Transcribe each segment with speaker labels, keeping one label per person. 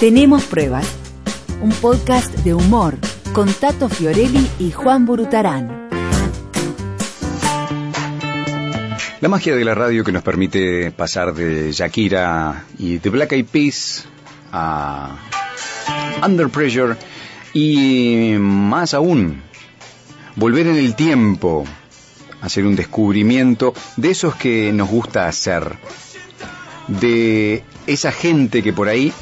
Speaker 1: Tenemos pruebas. Un podcast de humor con Tato Fiorelli y Juan Burutarán.
Speaker 2: La magia de la radio que nos permite pasar de Shakira y de Black Eyed Peas a Under Pressure y más aún, volver en el tiempo, hacer un descubrimiento de esos que nos gusta hacer, de esa gente que por ahí,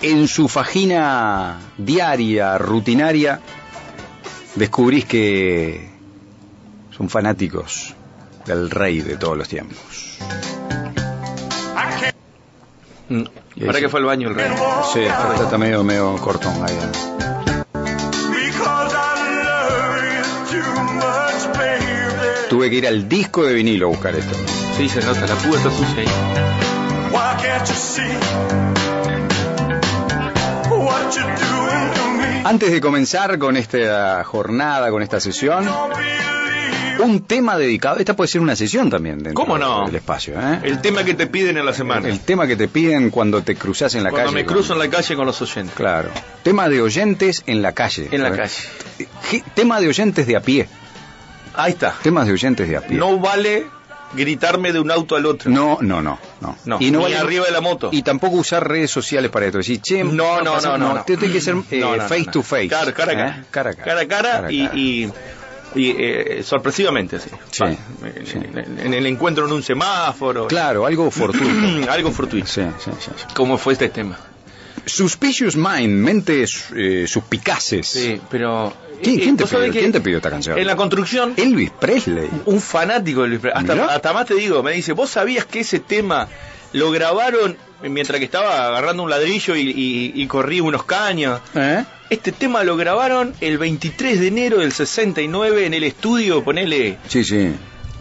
Speaker 2: en su fajina diaria, rutinaria, descubrís que son fanáticos del rey de todos los tiempos. Y
Speaker 3: Ahora
Speaker 2: ahí
Speaker 3: Mm. que
Speaker 2: sí.
Speaker 3: fue al baño el rey.
Speaker 2: Sí, está, está medio, medio cortón ahí. ¿eh?
Speaker 4: Because I love you too much, baby.
Speaker 2: Tuve que ir al disco de vinilo a buscar esto.
Speaker 3: Sí, se nota, la puta está sucia ahí.
Speaker 4: Why can't you see what you're doing to me?
Speaker 2: Antes de comenzar con esta jornada, con esta sesión,
Speaker 4: Don't believe
Speaker 2: un tema dedicado. Esta puede ser una sesión también dentro
Speaker 3: ¿Cómo no?
Speaker 2: del espacio. ¿eh?
Speaker 3: El tema que te piden en la semana.
Speaker 2: El tema que te piden cuando te cruzas en la
Speaker 3: Cuando
Speaker 2: calle.
Speaker 3: me
Speaker 2: con-
Speaker 3: cruzo en la calle con los oyentes.
Speaker 2: Claro. Tema de oyentes en la calle.
Speaker 3: En la
Speaker 2: ¿Eh?
Speaker 3: calle.
Speaker 2: Je- Tema de oyentes de a pie.
Speaker 3: Ahí está.
Speaker 2: Temas de oyentes de a pie.
Speaker 3: No vale gritarme de un auto al otro.
Speaker 2: No, no, no, no.
Speaker 3: No, ni arriba de la moto.
Speaker 2: Y tampoco usar redes sociales para esto. Decir, che,
Speaker 3: No, no,
Speaker 2: pasa-
Speaker 3: no, no, no.
Speaker 2: Tiene que ser eh,
Speaker 3: No, no, no,
Speaker 2: face
Speaker 3: no.
Speaker 2: to face.
Speaker 3: Cara, cara, a
Speaker 2: ¿eh?
Speaker 3: cara.
Speaker 2: cara, a cara.
Speaker 3: Cara a cara
Speaker 2: Cara a
Speaker 3: y,
Speaker 2: cara.
Speaker 3: y- y, eh, sorpresivamente, así.
Speaker 2: Sí,
Speaker 3: Va,
Speaker 2: sí.
Speaker 3: En, en- en el encuentro en un semáforo. Mm,
Speaker 2: Claro, algo fortuito.
Speaker 3: Algo fortuito.
Speaker 2: sí, sí, sí, sí.
Speaker 3: ¿Cómo fue este tema?
Speaker 2: Suspicious Mind, mentes eh, suspicaces.
Speaker 3: Sí, pero...
Speaker 2: ¿Quién-
Speaker 3: eh,
Speaker 2: quién te
Speaker 3: ¿vos sabés
Speaker 2: pidió-
Speaker 3: que
Speaker 2: quién te pidió esta canción?
Speaker 3: En la construcción...
Speaker 2: Elvis Presley.
Speaker 3: un fanático de Luis Pre-
Speaker 2: Mirá.
Speaker 3: Hasta, hasta más te digo, me dice, ¿vos sabías que ese tema lo grabaron mientras que estaba agarrando un ladrillo y, y- y corrí unos caños?
Speaker 2: ¿Eh?
Speaker 3: Este tema lo grabaron el 23 de enero del 69 en el estudio, ponele
Speaker 2: Sí, sí.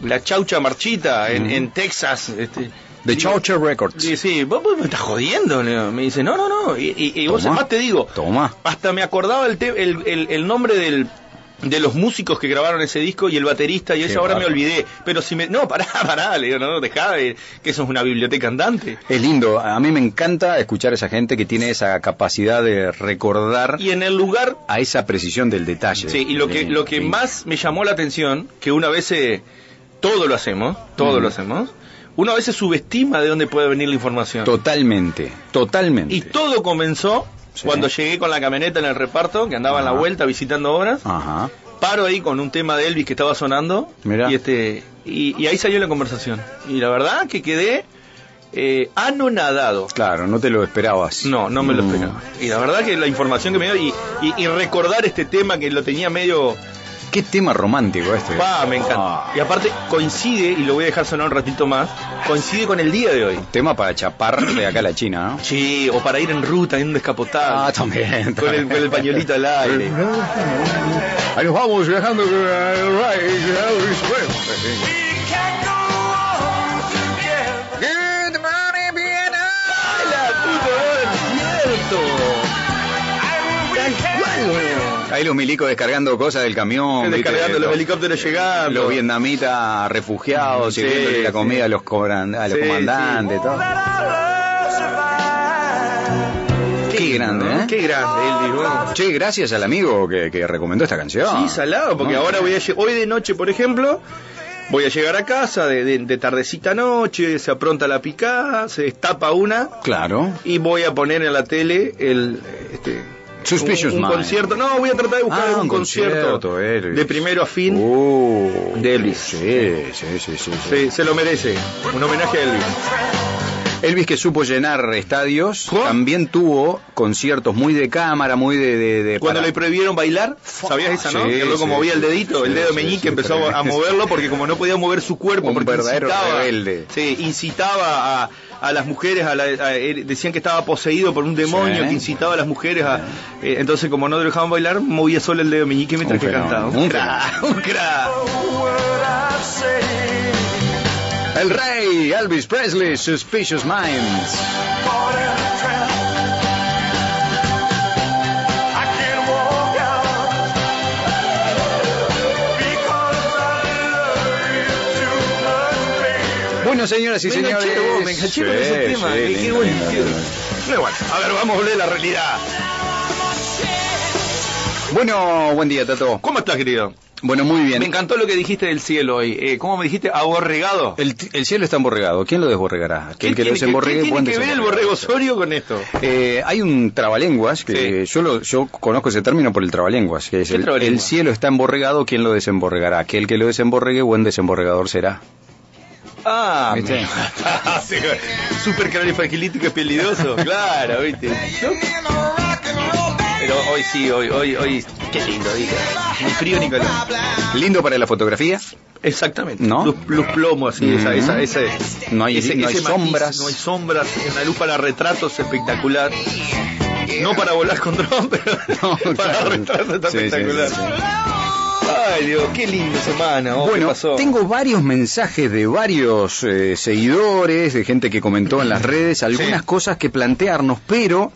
Speaker 3: la chaucha marchita en, en Texas. Este,
Speaker 2: The
Speaker 3: Digo,
Speaker 2: Chaucher Records.
Speaker 3: Sí, sí, vos, vos me estás jodiendo, le digo. me dice, no, no, no, y, y- y vos
Speaker 2: Tomá.
Speaker 3: más te digo,
Speaker 2: Tomá.
Speaker 3: hasta me acordaba el, te- el, el- el nombre del, de los músicos que grabaron ese disco y el baterista, y
Speaker 2: Qué
Speaker 3: eso ahora me
Speaker 2: bárbaro.
Speaker 3: olvidé, pero si me, no, pará, pará, le digo, no, no, dejá, eh, que eso es una biblioteca andante.
Speaker 2: Es lindo, a mí me encanta escuchar a esa gente que tiene esa capacidad de recordar
Speaker 3: Y en el lugar,
Speaker 2: a esa precisión del detalle.
Speaker 3: sí, y lo que, lo que
Speaker 2: Sí.
Speaker 3: más me llamó la atención, que una vez eh, todo lo hacemos, todo lo hacemos, una vez se subestima de dónde puede venir la información.
Speaker 2: Totalmente, totalmente.
Speaker 3: Y todo comenzó
Speaker 2: Sí.
Speaker 3: cuando llegué con la camioneta en el reparto, que andaba en la
Speaker 2: Ajá.
Speaker 3: vuelta visitando obras.
Speaker 2: Ajá.
Speaker 3: Paro ahí con un tema de Elvis que estaba sonando.
Speaker 2: Mirá.
Speaker 3: Y, este, y, y ahí salió la conversación. Y la verdad que quedé eh, anonadado.
Speaker 2: Claro, no te lo esperabas.
Speaker 3: No, no me lo
Speaker 2: Mm.
Speaker 3: esperaba. Y la verdad que la información que me dio y, y- y recordar este tema que lo tenía medio...
Speaker 2: Qué tema romántico este.
Speaker 3: ¡Pah! Me encanta.
Speaker 2: Ah,
Speaker 3: Y aparte coincide, y lo voy a dejar sonar un ratito más, coincide con el día de hoy.
Speaker 2: tema para chapar de acá a la China, ¿no?
Speaker 3: Sí, o para ir en ruta, en un descapotable.
Speaker 2: Ah, también,
Speaker 3: Con, el,
Speaker 2: también.
Speaker 3: con el pañuelito al aire.
Speaker 2: Ahí nos vamos viajando con el rey Elvis Presley.
Speaker 4: we can't go on together.
Speaker 2: Good morning, Viena.
Speaker 3: ¡Ay, la puta! ¡Es cierto!
Speaker 4: And we can't live
Speaker 2: Ahí los milicos descargando cosas del camión. ¿viste?
Speaker 3: Descargando los helicópteros llegando.
Speaker 2: Los vietnamitas refugiados,
Speaker 3: Sí,
Speaker 2: sirviéndole la
Speaker 3: sí.
Speaker 2: comida a los, cobran- a los
Speaker 3: Sí,
Speaker 2: comandantes. todo.
Speaker 4: that our love survive.
Speaker 2: Qué grande, ¿eh?
Speaker 3: Qué grande, Elvis. bueno.
Speaker 2: Che, gracias al amigo que, que recomendó esta canción.
Speaker 3: Sí, salado, porque
Speaker 2: No,
Speaker 3: ahora voy a lle- hoy de noche, por ejemplo, voy a llegar a casa de, de- de tardecita a noche, se apronta la picada, se destapa una
Speaker 2: Claro.
Speaker 3: y voy a poner en la tele el este
Speaker 2: Suspicious
Speaker 3: un, un
Speaker 2: Mind.
Speaker 3: concierto. No, voy a tratar de buscar
Speaker 2: Ah,
Speaker 3: algún
Speaker 2: un concierto,
Speaker 3: concierto, Uh,
Speaker 2: Elvis.
Speaker 3: de primero a fin.
Speaker 2: Oh,
Speaker 3: de Elvis.
Speaker 2: Sí, sí, sí, sí, sí.
Speaker 3: Se, se lo merece. Un homenaje a Elvis.
Speaker 2: Elvis que supo llenar estadios,
Speaker 3: ¿Cómo?
Speaker 2: también tuvo conciertos muy de cámara, muy de... de, de-
Speaker 3: Cuando
Speaker 2: para-
Speaker 3: le prohibieron bailar, ¿sabías esa, no?
Speaker 2: Sí,
Speaker 3: que el
Speaker 2: sí,
Speaker 3: loco movía el
Speaker 2: sí,
Speaker 3: dedito,
Speaker 2: sí,
Speaker 3: el dedo
Speaker 2: sí,
Speaker 3: meñique
Speaker 2: sí,
Speaker 3: empezó a- a
Speaker 2: tremendo.
Speaker 3: moverlo porque como no podía mover su cuerpo,
Speaker 2: Un
Speaker 3: porque
Speaker 2: verdadero
Speaker 3: incitaba,
Speaker 2: rebelde.
Speaker 3: Sí, incitaba a, a las mujeres, a la- a- eh, decían que estaba poseído por un demonio
Speaker 2: Sí.
Speaker 3: que incitaba a las mujeres a... eh, entonces como no lo dejaban bailar, movía solo el dedo meñique mientras
Speaker 2: Un
Speaker 3: que
Speaker 2: fenómeno,
Speaker 3: cantaba.
Speaker 2: un
Speaker 3: crack, un crack.
Speaker 4: The word I say.
Speaker 2: El rey Elvis Presley, Suspicious Minds.
Speaker 4: Caught in a trap. I can't walk out because I love you too much, baby.
Speaker 2: Bueno, señoras y
Speaker 3: Me enganché,
Speaker 2: señores. eh,
Speaker 3: vos, me enganché con ese tema, qué- qué
Speaker 2: lindo,
Speaker 3: buen
Speaker 2: lindo,
Speaker 3: tío.
Speaker 2: lindo.
Speaker 3: Pero bueno, a ver, vamos a hablar de la realidad.
Speaker 2: Bueno, buen día, Tato.
Speaker 3: ¿Cómo estás, querido?
Speaker 2: Bueno, muy bien.
Speaker 3: Me encantó lo que dijiste del cielo hoy. Eh, ¿Cómo me dijiste? ¿Aborregado?
Speaker 2: El, el cielo está emborregado. ¿Quién lo desborregará? Aquel que lo
Speaker 3: tiene
Speaker 2: desemborregue,
Speaker 3: qué
Speaker 2: buen
Speaker 3: tiene que ver el
Speaker 2: desemborrego.
Speaker 3: borrego Osorio con esto?
Speaker 2: Eh, hay un trabalenguas que yo lo, yo conozco ese término por el trabalenguas, que es
Speaker 3: ¿Qué
Speaker 2: el,
Speaker 3: trabalenguas?
Speaker 2: el cielo está emborregado, ¿quién lo desemborregará? Aquel que lo desemborregue, buen desemborregador será.
Speaker 3: Ah,
Speaker 2: ¿Viste?
Speaker 3: super calorifragilítico espelidoso, claro, viste. ¿No? Pero hoy sí, hoy, hoy, hoy, qué lindo día. Ni frío ni calor.
Speaker 2: Lindo para la fotografía,
Speaker 3: Exactamente.
Speaker 2: ¿No?
Speaker 3: Luz, luz plomo, así, esa,
Speaker 2: Mm.
Speaker 3: esa, ese.
Speaker 2: No hay- no hay
Speaker 3: matiz,
Speaker 2: sombras.
Speaker 3: No hay sombras, una luz para retratos espectacular. No para volar con dron, pero
Speaker 2: No,
Speaker 3: para
Speaker 2: claro.
Speaker 3: retratos está
Speaker 2: Sí, sí,
Speaker 3: espectacular.
Speaker 2: sí,
Speaker 3: Ay, Dios, qué linda semana. oh, ¿qué
Speaker 2: Bueno,
Speaker 3: pasó?
Speaker 2: tengo varios mensajes de varios eh, seguidores, de gente que comentó en las redes, algunas
Speaker 3: Sí.
Speaker 2: cosas que plantearnos, pero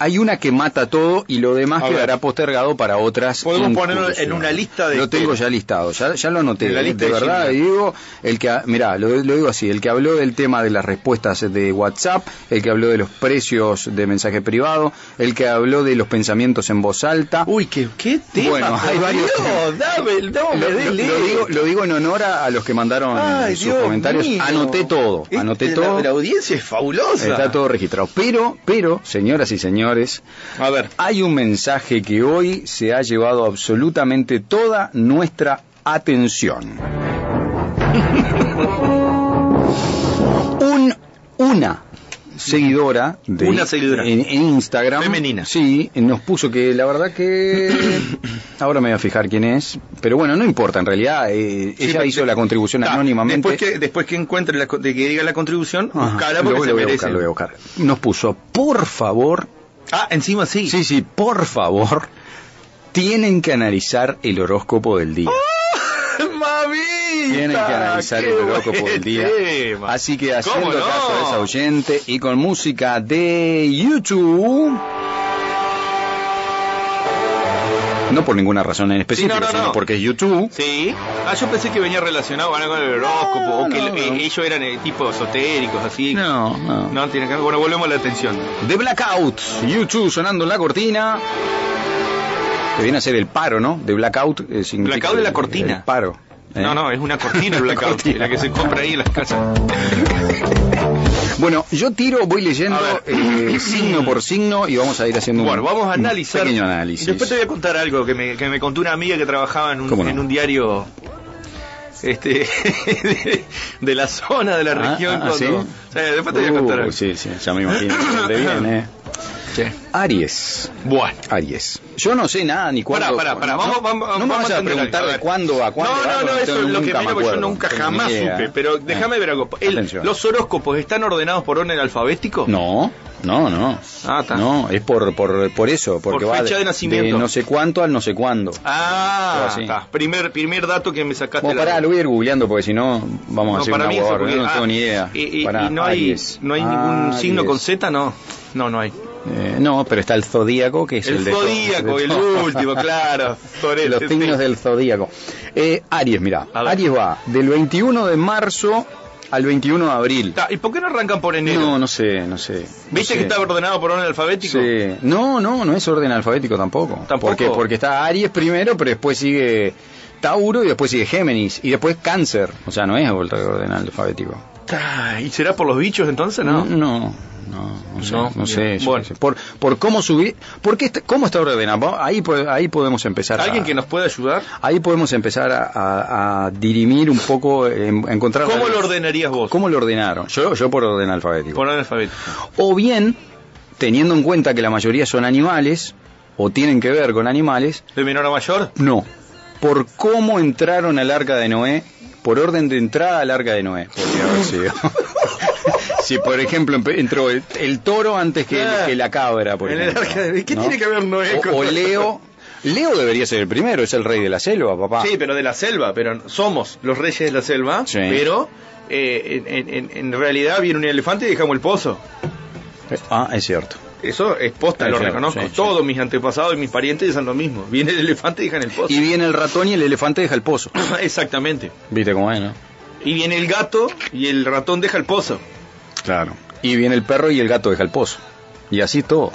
Speaker 2: hay una que mata todo y lo demás
Speaker 3: A ver.
Speaker 2: quedará postergado para otras.
Speaker 3: Podemos ponerlo en
Speaker 2: incursiones.
Speaker 3: una lista de
Speaker 2: Lo tengo
Speaker 3: espera.
Speaker 2: ya listado, ya, ya lo anoté.
Speaker 3: En la
Speaker 2: ¿eh?
Speaker 3: lista
Speaker 2: de
Speaker 3: de
Speaker 2: verdad,
Speaker 3: Schindler.
Speaker 2: digo, el que, mira, lo, lo digo así, el que habló del tema de las respuestas de WhatsApp, el que habló de los precios de mensaje privado, el que habló de los pensamientos en voz alta.
Speaker 3: Uy, qué, qué tema.
Speaker 2: Bueno,
Speaker 3: por
Speaker 2: hay varios
Speaker 3: Dios,
Speaker 2: temas.
Speaker 3: dame, no, me
Speaker 2: Lo,
Speaker 3: dé
Speaker 2: lo-
Speaker 3: leche.
Speaker 2: lo digo, lo digo en honor a, a los que mandaron
Speaker 3: Ay,
Speaker 2: sus
Speaker 3: Dios
Speaker 2: comentarios.
Speaker 3: mío.
Speaker 2: Anoté todo,
Speaker 3: Este,
Speaker 2: anoté
Speaker 3: la-
Speaker 2: todo.
Speaker 3: La, audiencia es fabulosa.
Speaker 2: Está todo registrado. Pero, pero, señoras y señores,
Speaker 3: A ver,
Speaker 2: hay un mensaje que hoy se ha llevado absolutamente toda nuestra atención. Un, una seguidora de
Speaker 3: Una seguidora.
Speaker 2: En, en Instagram
Speaker 3: Femenina.
Speaker 2: sí nos puso que la verdad que ahora me voy a fijar quién es pero bueno no importa en realidad eh,
Speaker 3: Sí,
Speaker 2: ella
Speaker 3: pero-
Speaker 2: hizo la contribución
Speaker 3: ta,
Speaker 2: anónimamente
Speaker 3: Después que, después que encuentre la, co- de que diga la contribución,
Speaker 2: Ajá,
Speaker 3: buscala
Speaker 2: lo-
Speaker 3: porque
Speaker 2: lo
Speaker 3: se
Speaker 2: voy a
Speaker 3: merece.
Speaker 2: buscar, lo voy a buscar. nos puso por favor
Speaker 3: Ah, encima sí.
Speaker 2: Sí, sí, por favor, tienen que analizar el horóscopo del día.
Speaker 3: Mami.
Speaker 2: Tienen que analizar el horóscopo del día. Así que haciendo caso a esa oyente y con música de YouTube. No por ninguna razón en específico,
Speaker 3: Sí, no, no,
Speaker 2: sino
Speaker 3: no.
Speaker 2: porque es YouTube.
Speaker 3: Sí. Ah, yo pensé que venía relacionado bueno, con el horóscopo,
Speaker 2: No,
Speaker 3: o que
Speaker 2: no,
Speaker 3: el- eh,
Speaker 2: no.
Speaker 3: ellos eran eh, tipo esotéricos, así.
Speaker 2: No, no.
Speaker 3: No, tiene que ver. Bueno, volvemos a la atención.
Speaker 2: The Blackout, YouTube sonando en la cortina. Que viene a ser el paro, ¿no? De Blackout. eh, significa
Speaker 3: Blackout de la
Speaker 2: el-
Speaker 3: cortina.
Speaker 2: el paro. ¿eh?
Speaker 3: No, no, es una cortina el
Speaker 2: Una
Speaker 3: blackout,
Speaker 2: cortina.
Speaker 3: la que se compra ahí en las casas.
Speaker 2: Bueno, yo tiro, voy leyendo
Speaker 3: A ver.
Speaker 2: eh, signo por signo y vamos a ir haciendo
Speaker 3: Bueno,
Speaker 2: un,
Speaker 3: vamos a
Speaker 2: un
Speaker 3: analizar.
Speaker 2: pequeño análisis.
Speaker 3: Después te voy a contar algo que me, que me contó una amiga que trabajaba en un,
Speaker 2: ¿Cómo no?
Speaker 3: en un diario este de, de la zona de la
Speaker 2: Ah,
Speaker 3: región.
Speaker 2: ah, ¿sí?
Speaker 3: cuando- O sea, después te voy a contar algo.
Speaker 2: Uh, sí, sí, ya me imagino. De bien, eh.
Speaker 3: Che.
Speaker 2: Aries.
Speaker 3: Bueno.
Speaker 2: Aries. Yo no sé nada ni cuándo.
Speaker 3: Pará, pará, pará.
Speaker 2: no-
Speaker 3: Vamos,
Speaker 2: no,
Speaker 3: vamos,
Speaker 2: no me
Speaker 3: vamos
Speaker 2: vas a
Speaker 3: entender
Speaker 2: preguntar
Speaker 3: algo,
Speaker 2: de
Speaker 3: ver.
Speaker 2: cuándo a cuándo.
Speaker 3: No,
Speaker 2: a
Speaker 3: no,
Speaker 2: cuándo,
Speaker 3: no, eso es
Speaker 2: nunca
Speaker 3: lo que menos,
Speaker 2: me
Speaker 3: porque yo
Speaker 2: acuerdo,
Speaker 3: nunca
Speaker 2: no tengo
Speaker 3: jamás
Speaker 2: ni idea.
Speaker 3: supe. Pero déjame
Speaker 2: Eh.
Speaker 3: ver algo. El-
Speaker 2: Atención.
Speaker 3: ¿Los horóscopos están ordenados por orden alfabético?
Speaker 2: No, no, no.
Speaker 3: Ah, está.
Speaker 2: No, es por, por, por eso. Porque va
Speaker 3: fecha de nacimiento.
Speaker 2: no sé cuánto al no sé cuándo.
Speaker 3: Ah,
Speaker 2: Ah, sí.
Speaker 3: está. Primer, primer dato que me sacaste.
Speaker 2: Bueno,
Speaker 3: la-
Speaker 2: pará, lo voy a ir googleando porque si no vamos a hacer una
Speaker 3: para mí eso,
Speaker 2: guarda,
Speaker 3: porque-
Speaker 2: yo no
Speaker 3: ah,
Speaker 2: tengo ni idea.
Speaker 3: Y, y-
Speaker 2: Pará,
Speaker 3: y no hay,
Speaker 2: Aries.
Speaker 3: no hay ningún
Speaker 2: Aries.
Speaker 3: signo con Z, no. No, no hay.
Speaker 2: Eh, no, pero está el zodíaco, que es el,
Speaker 3: el
Speaker 2: de todo-
Speaker 3: zodíaco,
Speaker 2: de
Speaker 3: el
Speaker 2: todo.
Speaker 3: último, claro. Sorete,
Speaker 2: Los
Speaker 3: sí.
Speaker 2: signos del zodíaco. Eh, Aries, mira,
Speaker 3: A ver.
Speaker 2: Aries va del 21 de marzo al 21 de abril.
Speaker 3: Ta, Ah, ¿Y por qué no arrancan por enero?
Speaker 2: No, no sé, no sé. no
Speaker 3: ¿Viste
Speaker 2: sé.
Speaker 3: que está ordenado por orden alfabético?
Speaker 2: Sí. No, no, no es orden alfabético tampoco.
Speaker 3: ¿Tampoco?
Speaker 2: Porque, porque está Aries primero, pero después sigue Tauro y después sigue Géminis y después Cáncer. O sea, no es orden alfabético.
Speaker 3: Ta, Ah, ¿Y será por los bichos entonces?
Speaker 2: Mm.
Speaker 3: No.
Speaker 2: No, no, no sé.
Speaker 3: No,
Speaker 2: No,
Speaker 3: bien.
Speaker 2: sé, yo
Speaker 3: Bueno.
Speaker 2: qué sé. Por, por cómo subir. ¿Por qué está- ¿Cómo está ordenado? Va- Ahí, po- ahí podemos empezar. a-
Speaker 3: ¿Alguien que nos pueda ayudar?
Speaker 2: Ahí podemos empezar a, a- a dirimir un poco, en- a encontrar.
Speaker 3: ¿Cómo
Speaker 2: la-
Speaker 3: lo ordenarías vos?
Speaker 2: ¿Cómo lo ordenaron? Yo, yo por orden alfabético.
Speaker 3: Por orden alfabético.
Speaker 2: O bien, teniendo en cuenta que la mayoría son animales, o tienen que ver con animales,
Speaker 3: ¿De menor a mayor?
Speaker 2: no. Por cómo entraron al arca de Noé, por orden de entrada al arca de Noé, podría haber sido. Si, por ejemplo, empe- entró el, el toro antes que, el- que la cabra, por
Speaker 3: Ah. En el
Speaker 2: ejemplo.
Speaker 3: arca de- ¿qué tiene que ver Noé
Speaker 2: O-
Speaker 3: con-
Speaker 2: o Leo. Leo debería ser el primero, es el rey de la selva, papá.
Speaker 3: Sí, pero de la selva, pero somos los reyes de la selva,
Speaker 2: Ah. Sí.
Speaker 3: pero eh, en, en- en- en realidad viene un elefante y dejamos el pozo.
Speaker 2: Ah, es cierto.
Speaker 3: Eso es posta,
Speaker 2: Sí,
Speaker 3: lo
Speaker 2: sí,
Speaker 3: reconozco.
Speaker 2: sí, sí.
Speaker 3: Todos mis antepasados y mis parientes dicen lo mismo. Viene el elefante y dejan el pozo.
Speaker 2: Y viene el ratón y el elefante deja el pozo.
Speaker 3: Exactamente.
Speaker 2: ¿Viste cómo es, no?
Speaker 3: Y viene el gato y el ratón deja el pozo.
Speaker 2: Claro. Y viene el perro y el gato deja el pozo. Y así todo.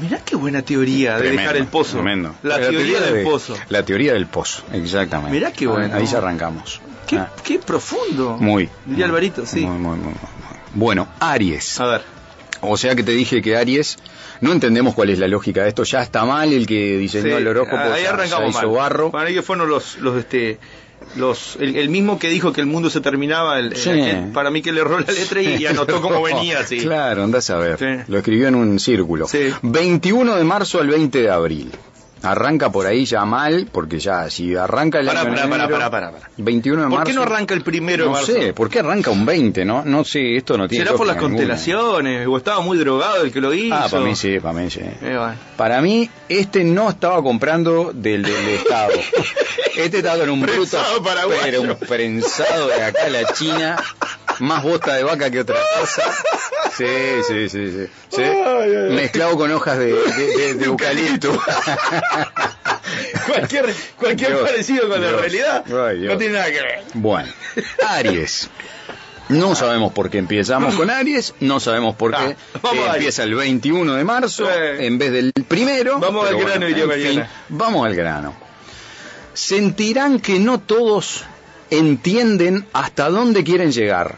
Speaker 3: Mirá qué buena teoría de
Speaker 2: Tremendo,
Speaker 3: dejar el pozo.
Speaker 2: tremendo.
Speaker 3: La, teoría del
Speaker 2: de-
Speaker 3: pozo.
Speaker 2: La teoría del pozo, exactamente.
Speaker 3: Mirá qué bueno.
Speaker 2: Ahí ya arrancamos.
Speaker 3: Qué,
Speaker 2: Ah,
Speaker 3: qué profundo.
Speaker 2: muy.
Speaker 3: Diría Alvarito, sí. Ah.
Speaker 2: Muy, muy, muy, muy. Bueno, Aries.
Speaker 3: A ver.
Speaker 2: O sea que te dije que Aries, no entendemos cuál es la lógica de esto, ya está mal el que diseñó
Speaker 3: Sí,
Speaker 2: el horóscopo,
Speaker 3: ahí
Speaker 2: ya-
Speaker 3: arrancamos
Speaker 2: ya hizo
Speaker 3: mal.
Speaker 2: barro.
Speaker 3: Para mí que fueron los, los este, los, el, el mismo que dijo que el mundo se terminaba, el, el
Speaker 2: Sí.
Speaker 3: aquel, para mí que le erró la letra y, y anotó cómo venía, sí.
Speaker 2: Claro, andás a ver.
Speaker 3: Sí.
Speaker 2: Lo escribió en un círculo.
Speaker 3: Sí.
Speaker 2: 21 de marzo al 20 de abril. Arranca por ahí ya mal, porque ya si arranca el
Speaker 3: Pará,
Speaker 2: año en
Speaker 3: pará, pará,
Speaker 2: enero,
Speaker 3: pará, pará, pará.
Speaker 2: 21 de
Speaker 3: ¿Por
Speaker 2: marzo.
Speaker 3: qué no arranca el primero de
Speaker 2: No
Speaker 3: marzo?
Speaker 2: sé, ¿por qué arranca un 20, no? No sé, esto no tiene
Speaker 3: ¿Será por las
Speaker 2: lógica ninguna.
Speaker 3: constelaciones? ¿O estaba muy drogado el que lo hizo?
Speaker 2: Ah, para mí sí, para mí sí.
Speaker 3: Eh, bueno.
Speaker 2: Para mí, este no estaba comprando del, del Estado. Este estaba con un bruto,
Speaker 3: Prensado paraguayo.
Speaker 2: pero un prensado de acá a la China, más bosta de vaca que otra cosa. Sí, sí, sí, sí. Sí. Mezclado con hojas de, de- de- de eucalipto.
Speaker 3: cualquier cualquier
Speaker 2: Dios,
Speaker 3: parecido con la
Speaker 2: Dios.
Speaker 3: realidad
Speaker 2: Ay, Dios.
Speaker 3: no tiene nada que ver.
Speaker 2: Bueno, Aries. No sabemos por qué empezamos con Aries, no sabemos por qué
Speaker 3: Ah, vamos
Speaker 2: eh,
Speaker 3: a
Speaker 2: empieza el 21 de marzo
Speaker 3: Eh.
Speaker 2: en vez del primero.
Speaker 3: Vamos al
Speaker 2: pero
Speaker 3: grano, diría
Speaker 2: en
Speaker 3: Mariana.
Speaker 2: vamos al grano. Sentirán que no todos entienden hasta dónde quieren llegar.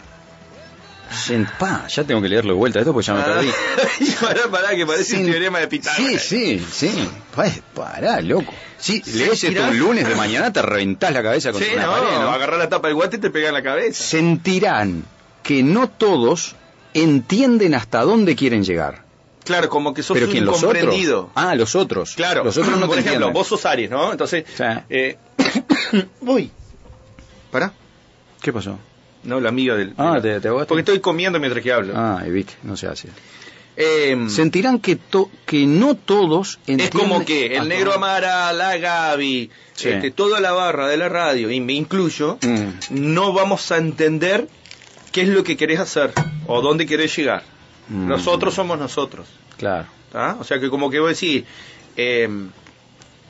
Speaker 2: Sen- pa, ya tengo que leerlo de vuelta esto porque ya me perdí.
Speaker 3: y pará, pará, que parece
Speaker 2: Sen-
Speaker 3: un teorema de Pitágoras.
Speaker 2: Sí, sí, sí. Pues, pará, loco. Sí, lees esto
Speaker 3: Sentirán-
Speaker 2: un lunes de mañana, te reventás la cabeza con
Speaker 3: Sí,
Speaker 2: una
Speaker 3: no,
Speaker 2: pared, ¿no?
Speaker 3: agarrar la tapa del guante y te pega en la cabeza.
Speaker 2: sentirán que no todos entienden hasta dónde quieren llegar.
Speaker 3: Claro, como que sos
Speaker 2: Pero
Speaker 3: un
Speaker 2: quien los otros.
Speaker 3: incomprendido.
Speaker 2: Ah, los otros.
Speaker 3: Claro,
Speaker 2: Los otros no
Speaker 3: por
Speaker 2: te
Speaker 3: ejemplo,
Speaker 2: entienden.
Speaker 3: vos sos Aries, ¿no? Entonces,
Speaker 2: Sí.
Speaker 3: eh, uy,
Speaker 2: ¿Para? ¿Qué pasó?
Speaker 3: no, la amiga del.
Speaker 2: Ah, te- te ahogaste.
Speaker 3: Porque estoy comiendo mientras que hablo.
Speaker 2: Ah, Evic, no se hace.
Speaker 3: Eh,
Speaker 2: Sentirán que, to- que no todos
Speaker 3: es
Speaker 2: entienden.
Speaker 3: como que el
Speaker 2: hasta
Speaker 3: negro
Speaker 2: dónde-
Speaker 3: Amara, la Gaby,
Speaker 2: Sí.
Speaker 3: este, toda la barra de la radio, y me incluyo,
Speaker 2: Mm.
Speaker 3: no vamos a entender qué es lo que querés hacer o dónde querés llegar.
Speaker 2: Mm.
Speaker 3: Nosotros somos nosotros.
Speaker 2: Claro.
Speaker 3: ¿tá? ¿Ah? O sea que como que vos decís, eh,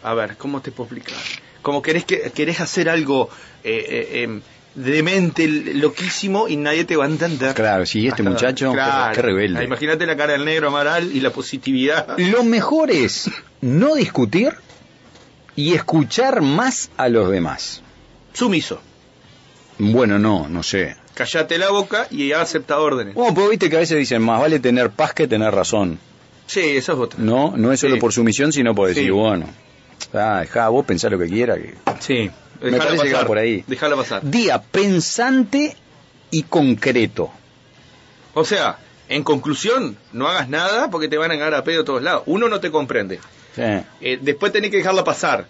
Speaker 3: a ver, ¿cómo te puedo explicar? Como querés, que, querés hacer algo eh, eh, eh, demente, loquísimo y nadie te va a entender.
Speaker 2: Claro, sí, este
Speaker 3: Hasta-
Speaker 2: muchacho, qué- qué rebelde.
Speaker 3: Ah, Imagínate la cara del negro Amaral y la positividad.
Speaker 2: Lo mejor es no discutir y escuchar más a los demás.
Speaker 3: Sumiso.
Speaker 2: Bueno, no, no sé.
Speaker 3: Callate la boca y acepta órdenes.
Speaker 2: Bueno, pues viste que a veces dicen, más vale tener paz que tener razón.
Speaker 3: Sí, esa es otra.
Speaker 2: No, no es solo
Speaker 3: Sí.
Speaker 2: por sumisión, sino por decir,
Speaker 3: Sí.
Speaker 2: bueno, ah, dejá, vos pensá lo que quiera. que-
Speaker 3: Sí.
Speaker 2: Me parece que va por ahí.
Speaker 3: Dejala pasar.
Speaker 2: Día pensante y concreto.
Speaker 3: O sea, en conclusión, no hagas nada porque te van a ganar a pedo de todos lados. Uno no te comprende. Eh, después tenés que dejarla pasar.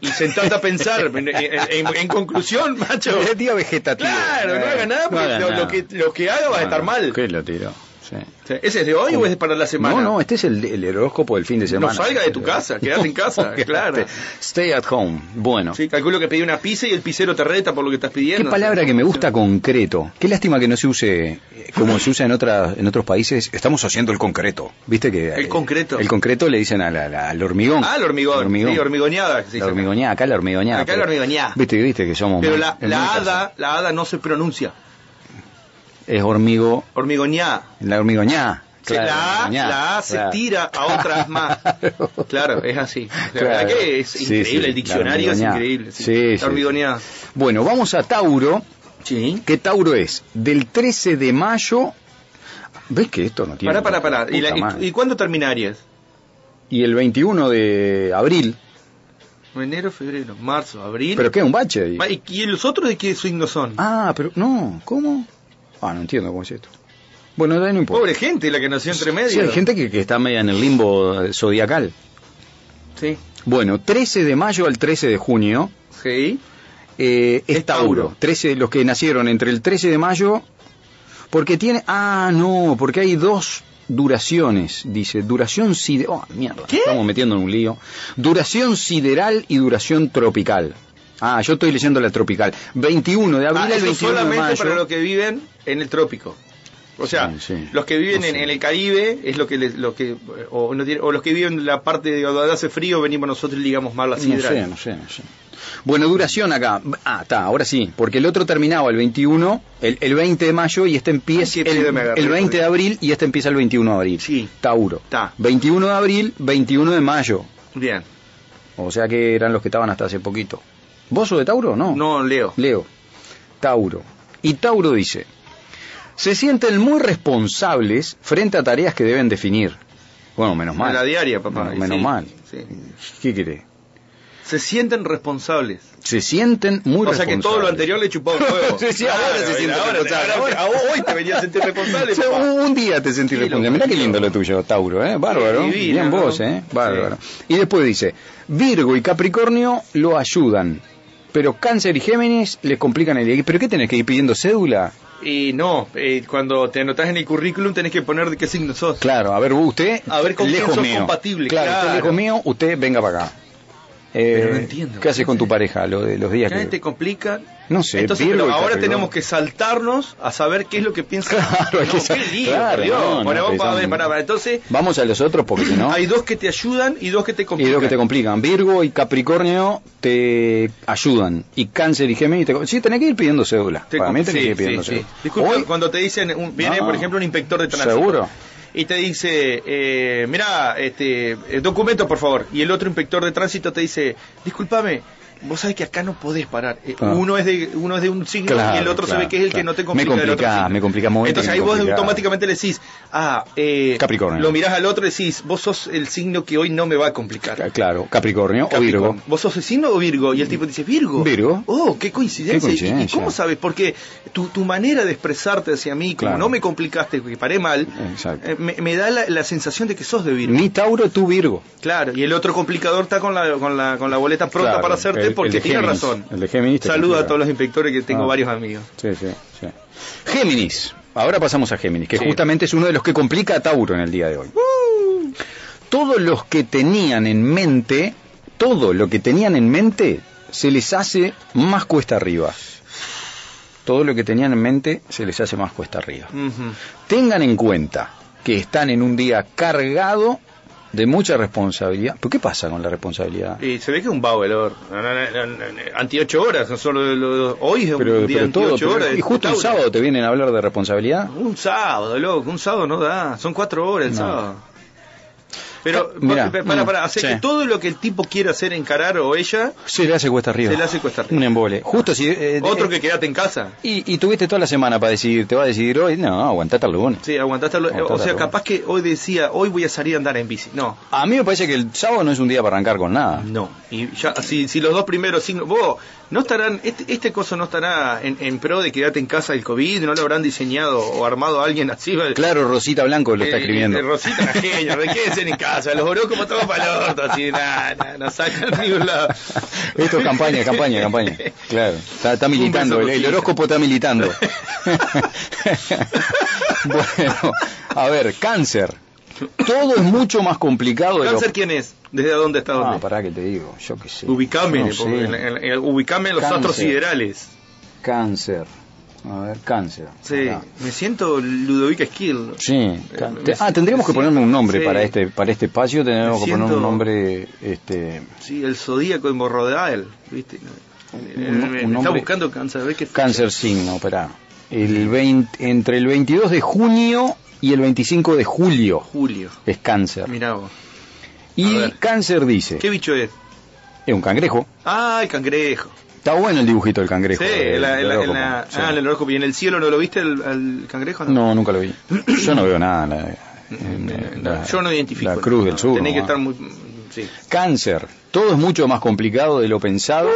Speaker 3: Y sentarte a pensar. en, en- en- en conclusión, macho.
Speaker 2: Es día vegetativo. Eh,
Speaker 3: Claro, no hagas nada porque lo, lo que, lo que haga va a estar mal.
Speaker 2: ¿Qué lo tiró? Sí.
Speaker 3: O sea, ¿Ese es de hoy o es para la semana?
Speaker 2: No, no, este es el, el horóscopo del fin de semana.
Speaker 3: salga de tu casa, quedate en casa,
Speaker 2: quedate.
Speaker 3: claro.
Speaker 2: Stay at home. Bueno.
Speaker 3: Sí, calculo que pedí una pizza y el pizzero te reta por lo que estás
Speaker 2: Qué
Speaker 3: pidiendo.
Speaker 2: palabra que me gusta concreto. Qué lástima que no se use eh, como se usa en otras en otros países. Estamos haciendo el concreto. ¿Viste que eh,
Speaker 3: El concreto.
Speaker 2: El concreto le dicen a la- la- al hormigón.
Speaker 3: Ah, el hormigón. Sí, hormigoneada. sí,
Speaker 2: La
Speaker 3: sí.
Speaker 2: hormigoneada, acá la hormigoneada.
Speaker 3: Acá
Speaker 2: pero-
Speaker 3: la hormigoneada.
Speaker 2: Viste que viste que somos
Speaker 3: Pero
Speaker 2: más-
Speaker 3: la,
Speaker 2: es
Speaker 3: la
Speaker 2: muy
Speaker 3: hada, la hada no se pronuncia.
Speaker 2: casa. es hormigo,
Speaker 3: Hormigoneada.
Speaker 2: la hormigoñá.
Speaker 3: Sí, la, A, la A se tira a otras más. Claro, es así. La verdad que es increíble, el diccionario es increíble.
Speaker 2: Sí,
Speaker 3: sí.
Speaker 2: sí,
Speaker 3: La hormigoneada.
Speaker 2: sí. Bueno, vamos a Tauro.
Speaker 3: Sí.
Speaker 2: ¿Qué Tauro es? Del 13 de mayo. ¿Ves que esto no tiene.
Speaker 3: Pará, pará, pará. ¿Y, la-
Speaker 2: puta
Speaker 3: y-
Speaker 2: madre.
Speaker 3: y cuándo terminarías?
Speaker 2: Y el 21 de abril.
Speaker 3: Enero, febrero, marzo, abril.
Speaker 2: ¿Pero qué? ¿Un bache ahí?
Speaker 3: Va, ¿Y, y los otros de qué signos son?
Speaker 2: Ah, pero no, ¿cómo? Ah, no entiendo cómo es esto. Bueno, de ahí no importa.
Speaker 3: Pobre gente, la que nació entre medio.
Speaker 2: pues. Sí, hay gente que, que está media en el limbo eh, zodiacal.
Speaker 3: Sí.
Speaker 2: Bueno, 13 de mayo al 13 de junio
Speaker 3: Sí.
Speaker 2: eh, es
Speaker 3: Es Tauro.
Speaker 2: Tauro. 13, los que nacieron entre el 13 de mayo, porque tiene... Ah, no, porque hay dos duraciones, dice. Duración sideral... Oh, mierda,
Speaker 3: ¿Qué?
Speaker 2: estamos metiendo en un lío. Duración sideral y duración tropical. Ah, yo estoy leyendo la tropical. 21 de abril
Speaker 3: Ah,
Speaker 2: al
Speaker 3: eso
Speaker 2: 21 de
Speaker 3: solamente
Speaker 2: mayo.
Speaker 3: para los que viven en el trópico. O sea,
Speaker 2: Sí, sí.
Speaker 3: los que viven en,
Speaker 2: Sí.
Speaker 3: en el Caribe es lo que, les- lo que o, no tiene- o los que viven en la parte de donde hace frío venimos nosotros y ligamos mal la
Speaker 2: No
Speaker 3: sidra.
Speaker 2: sé, no sé, no sé. Bueno, duración acá. Ah, está, ahora sí, porque el otro terminaba el 21, el, el 20 de mayo y este empieza
Speaker 3: Ay, qué
Speaker 2: el,
Speaker 3: pedo me agarré,
Speaker 2: el 20 de
Speaker 3: joder.
Speaker 2: abril y este empieza el 21 de abril.
Speaker 3: Sí.
Speaker 2: Tauro.
Speaker 3: Está.
Speaker 2: 21 de abril, 21 de mayo.
Speaker 3: Bien.
Speaker 2: O sea que eran los que estaban hasta hace poquito. ¿Vos sos de Tauro? No.
Speaker 3: No, Leo.
Speaker 2: Leo. Tauro. Y Tauro dice, se sienten muy responsables frente a tareas que deben definir. Bueno, menos mal.
Speaker 3: La diaria, papá.
Speaker 2: Menos, menos
Speaker 3: Sí,
Speaker 2: mal.
Speaker 3: sí.
Speaker 2: ¿Qué querés?
Speaker 3: Se sienten responsables.
Speaker 2: Se sienten muy
Speaker 3: o sea
Speaker 2: responsables.
Speaker 3: que todo lo anterior le chupaba un huevo.
Speaker 2: Sí, sí, ahora se siente
Speaker 3: ahora,
Speaker 2: responsable.
Speaker 3: ahora- ahora- ahora- hoy te venía a sentir responsable.
Speaker 2: O sea,
Speaker 3: papá.
Speaker 2: un, un día te sentís
Speaker 3: Pues Sí,
Speaker 2: responsable.
Speaker 3: loco.
Speaker 2: Mirá qué lindo lo tuyo, Tauro, ¿eh? Bárbaro.
Speaker 3: Sí, divino,
Speaker 2: Bien
Speaker 3: ¿no?
Speaker 2: vos, ¿eh? Bárbaro. Y después dice, Virgo y Capricornio lo ayudan, pero Cáncer y Géminis les complican el día. ¿Pero qué tenés que ir pidiendo cédula?
Speaker 3: Y no, eh, cuando te anotás en el currículum tenés que poner de qué signo sos.
Speaker 2: Claro, a ver, vos, usted,
Speaker 3: A ver, ¿con quién
Speaker 2: lejos
Speaker 3: sos
Speaker 2: mío.
Speaker 3: compatible?
Speaker 2: Claro, usted
Speaker 3: Claro.
Speaker 2: lejos mío, usted venga para acá. Eh,
Speaker 3: Pero no entiendo.
Speaker 2: ¿Qué haces con tu pareja lo de los días
Speaker 3: Cada vez
Speaker 2: que...
Speaker 3: te complican.
Speaker 2: No sé,
Speaker 3: Entonces,
Speaker 2: Virgo
Speaker 3: pero
Speaker 2: y
Speaker 3: ahora
Speaker 2: Capricornio.
Speaker 3: tenemos que saltarnos a saber qué es lo que piensa.
Speaker 2: Claro, hay
Speaker 3: No,
Speaker 2: que sa-
Speaker 3: qué lío,
Speaker 2: claro,
Speaker 3: por Dios.
Speaker 2: no, no,
Speaker 3: Bueno, vamos
Speaker 2: pensamos
Speaker 3: a ver,
Speaker 2: en-
Speaker 3: pará, pará. Entonces,
Speaker 2: Vamos a los otros porque si no...
Speaker 3: hay dos que te ayudan y dos que te
Speaker 2: Y
Speaker 3: complican.
Speaker 2: dos que te complican. Virgo y Capricornio te ayudan. Y Cáncer y Géminis te... Sí, tenés que ir pidiendo cédula.
Speaker 3: Te
Speaker 2: Para mí
Speaker 3: com-
Speaker 2: tenés que ir
Speaker 3: sí,
Speaker 2: pidiendo
Speaker 3: sí,
Speaker 2: cédula.
Speaker 3: sí. Disculpa,
Speaker 2: Hoy-
Speaker 3: cuando te dicen, un- viene
Speaker 2: Ah.
Speaker 3: por ejemplo un inspector de tránsito.
Speaker 2: ¿Seguro?
Speaker 3: Y te dice, eh, mira, este, eh, documento por favor. Y el otro inspector de tránsito te dice, discúlpame, vos sabés que acá no podés parar. Eh,
Speaker 2: Ah.
Speaker 3: Uno, es de, uno es de un signo
Speaker 2: Claro,
Speaker 3: y el otro
Speaker 2: claro,
Speaker 3: se ve que es el que
Speaker 2: claro.
Speaker 3: no te
Speaker 2: Me
Speaker 3: complica. del otro
Speaker 2: complica,
Speaker 3: signo.
Speaker 2: me complica, movete
Speaker 3: Entonces
Speaker 2: que
Speaker 3: ahí
Speaker 2: me
Speaker 3: vos
Speaker 2: complica.
Speaker 3: automáticamente le decís, ah, eh,
Speaker 2: Capricornio.
Speaker 3: Lo mirás al otro y decís, vos sos el signo que hoy no me va a complicar.
Speaker 2: Ca- Claro, Capricornio, o
Speaker 3: Capricornio.
Speaker 2: Virgo.
Speaker 3: ¿Vos sos signo o Virgo? Y el tipo dice, Virgo.
Speaker 2: Virgo.
Speaker 3: Oh, qué coincidencia.
Speaker 2: Qué coincidencia.
Speaker 3: ¿Y- ¿Y cómo sabes? Porque tu, tu manera de expresarte hacia mí, como
Speaker 2: Claro.
Speaker 3: no me complicaste, que paré mal,
Speaker 2: Exacto.
Speaker 3: eh, me, me da la, la sensación de que sos de Virgo.
Speaker 2: Mi Tauro, tu Virgo.
Speaker 3: Claro, y el otro complicador está con la, con la, con la boleta pronta
Speaker 2: Claro,
Speaker 3: para hacerte
Speaker 2: el- el
Speaker 3: porque
Speaker 2: de
Speaker 3: tiene
Speaker 2: Géminis.
Speaker 3: razón.
Speaker 2: El de Géminis te
Speaker 3: Saluda
Speaker 2: complica.
Speaker 3: a todos los inspectores que tengo
Speaker 2: Ah.
Speaker 3: varios amigos.
Speaker 2: Sí, sí, sí. Géminis. Ahora pasamos a Géminis, que
Speaker 3: Sí.
Speaker 2: justamente es uno de los que complica a Tauro en el día de hoy. Todos los que tenían en mente, todo lo que tenían en mente, se les hace más cuesta arriba. Todo lo que tenían en mente se les hace más cuesta arriba.
Speaker 3: Ujú.
Speaker 2: Tengan en cuenta que están en un día cargado de mucha responsabilidad. ¿Pero qué pasa con la responsabilidad?
Speaker 3: Y se ve que es un bauelor. Anti ocho horas, no solo lo- lo- hoy es
Speaker 2: Pero,
Speaker 3: un día
Speaker 2: pero
Speaker 3: anti
Speaker 2: todo,
Speaker 3: ocho
Speaker 2: pero-
Speaker 3: horas.
Speaker 2: y justo un
Speaker 3: Tauro.
Speaker 2: sábado te vienen a hablar de responsabilidad.
Speaker 3: Un sábado, loco, un sábado no da, son cuatro horas el
Speaker 2: No.
Speaker 3: sábado. Pero,
Speaker 2: Ah, mirá,
Speaker 3: pa- pa- para,
Speaker 2: mm,
Speaker 3: para, hacer
Speaker 2: sí.
Speaker 3: que todo lo que el tipo quiere hacer encarar o ella,
Speaker 2: Se le hace cuesta arriba.
Speaker 3: Se le hace cuesta arriba.
Speaker 2: Un embole. Justo si. eh,
Speaker 3: otro
Speaker 2: eh,
Speaker 3: que quedate en casa.
Speaker 2: Y, y tuviste toda la semana para decidir, ¿te va a decidir hoy? No, aguantate al lunes.
Speaker 3: Sí, aguantaste. lo-
Speaker 2: Aguantaste
Speaker 3: o sea,
Speaker 2: algo.
Speaker 3: capaz que hoy decía, hoy voy a salir a andar en bici. No,
Speaker 2: A mí me parece que el sábado no es un día para arrancar con nada.
Speaker 3: no. Y ya, si, si los dos primeros signos, vos, no estarán, este, este coso no estará en, en pro de quedarte en casa del COVID, no lo habrán diseñado o armado a alguien así. ¿vale?
Speaker 2: Claro, Rosita Blanco lo está
Speaker 3: Eh,
Speaker 2: escribiendo.
Speaker 3: eh, Rosita, una genio, re- quédense en casa, los orocos como todos para el orto, así, nada, nada, no sacan de ningún lado.
Speaker 2: Esto es campaña, campaña, campaña. Claro, está, está militando,
Speaker 3: Un
Speaker 2: el,
Speaker 3: beso,
Speaker 2: el
Speaker 3: Rosita.
Speaker 2: horóscopo está militando. bueno, a ver, cáncer. Todo es mucho más complicado de lo-
Speaker 3: ¿Cáncer quién es? ¿Desde dónde está
Speaker 2: Ah,
Speaker 3: dónde?
Speaker 2: pará que te digo, yo qué sé.
Speaker 3: Ubicame,
Speaker 2: No
Speaker 3: eh,
Speaker 2: sé.
Speaker 3: porque en- en- en- ubicame en los
Speaker 2: Cáncer.
Speaker 3: astros siderales.
Speaker 2: Cáncer. A ver, cáncer.
Speaker 3: Sí,
Speaker 2: Pará.
Speaker 3: me siento Ludovica Skill.
Speaker 2: Sí, ca-
Speaker 3: me
Speaker 2: te- ah,
Speaker 3: si-
Speaker 2: tendríamos que
Speaker 3: sí,
Speaker 2: ponerme un nombre
Speaker 3: sí.
Speaker 2: para este para este espacio, tendríamos
Speaker 3: Me
Speaker 2: que poner un
Speaker 3: siento-
Speaker 2: nombre este
Speaker 3: Sí, el zodíaco de Morrodael, ¿viste? Eh,
Speaker 2: un
Speaker 3: me- me está
Speaker 2: nombre-
Speaker 3: buscando cáncer, ¿ves qué fecha?
Speaker 2: cáncer signo, espera. El 20 entre el 22 de junio y el 25 de julio
Speaker 3: Julio.
Speaker 2: es cáncer.
Speaker 3: Mirá vos.
Speaker 2: y
Speaker 3: a ver.
Speaker 2: cáncer dice,
Speaker 3: ¿Qué bicho es?
Speaker 2: es un cangrejo.
Speaker 3: Ah, el cangrejo.
Speaker 2: Está bueno el dibujito del cangrejo. eh,
Speaker 3: sí,
Speaker 2: del-
Speaker 3: en la, en
Speaker 2: del
Speaker 3: la- en
Speaker 2: horóscopo,
Speaker 3: la-
Speaker 2: sí.
Speaker 3: ah, en el horóscopo. ¿Y en el cielo no lo viste al, al cangrejo?
Speaker 2: No, nunca lo vi. Yo no veo nada. en la- en la-
Speaker 3: Eh, Yo no identifico.
Speaker 2: La cruz del
Speaker 3: No,
Speaker 2: sur.
Speaker 3: Tenés que
Speaker 2: nomás.
Speaker 3: estar muy. Sí.
Speaker 2: Cáncer. Todo es mucho más complicado de lo pensado.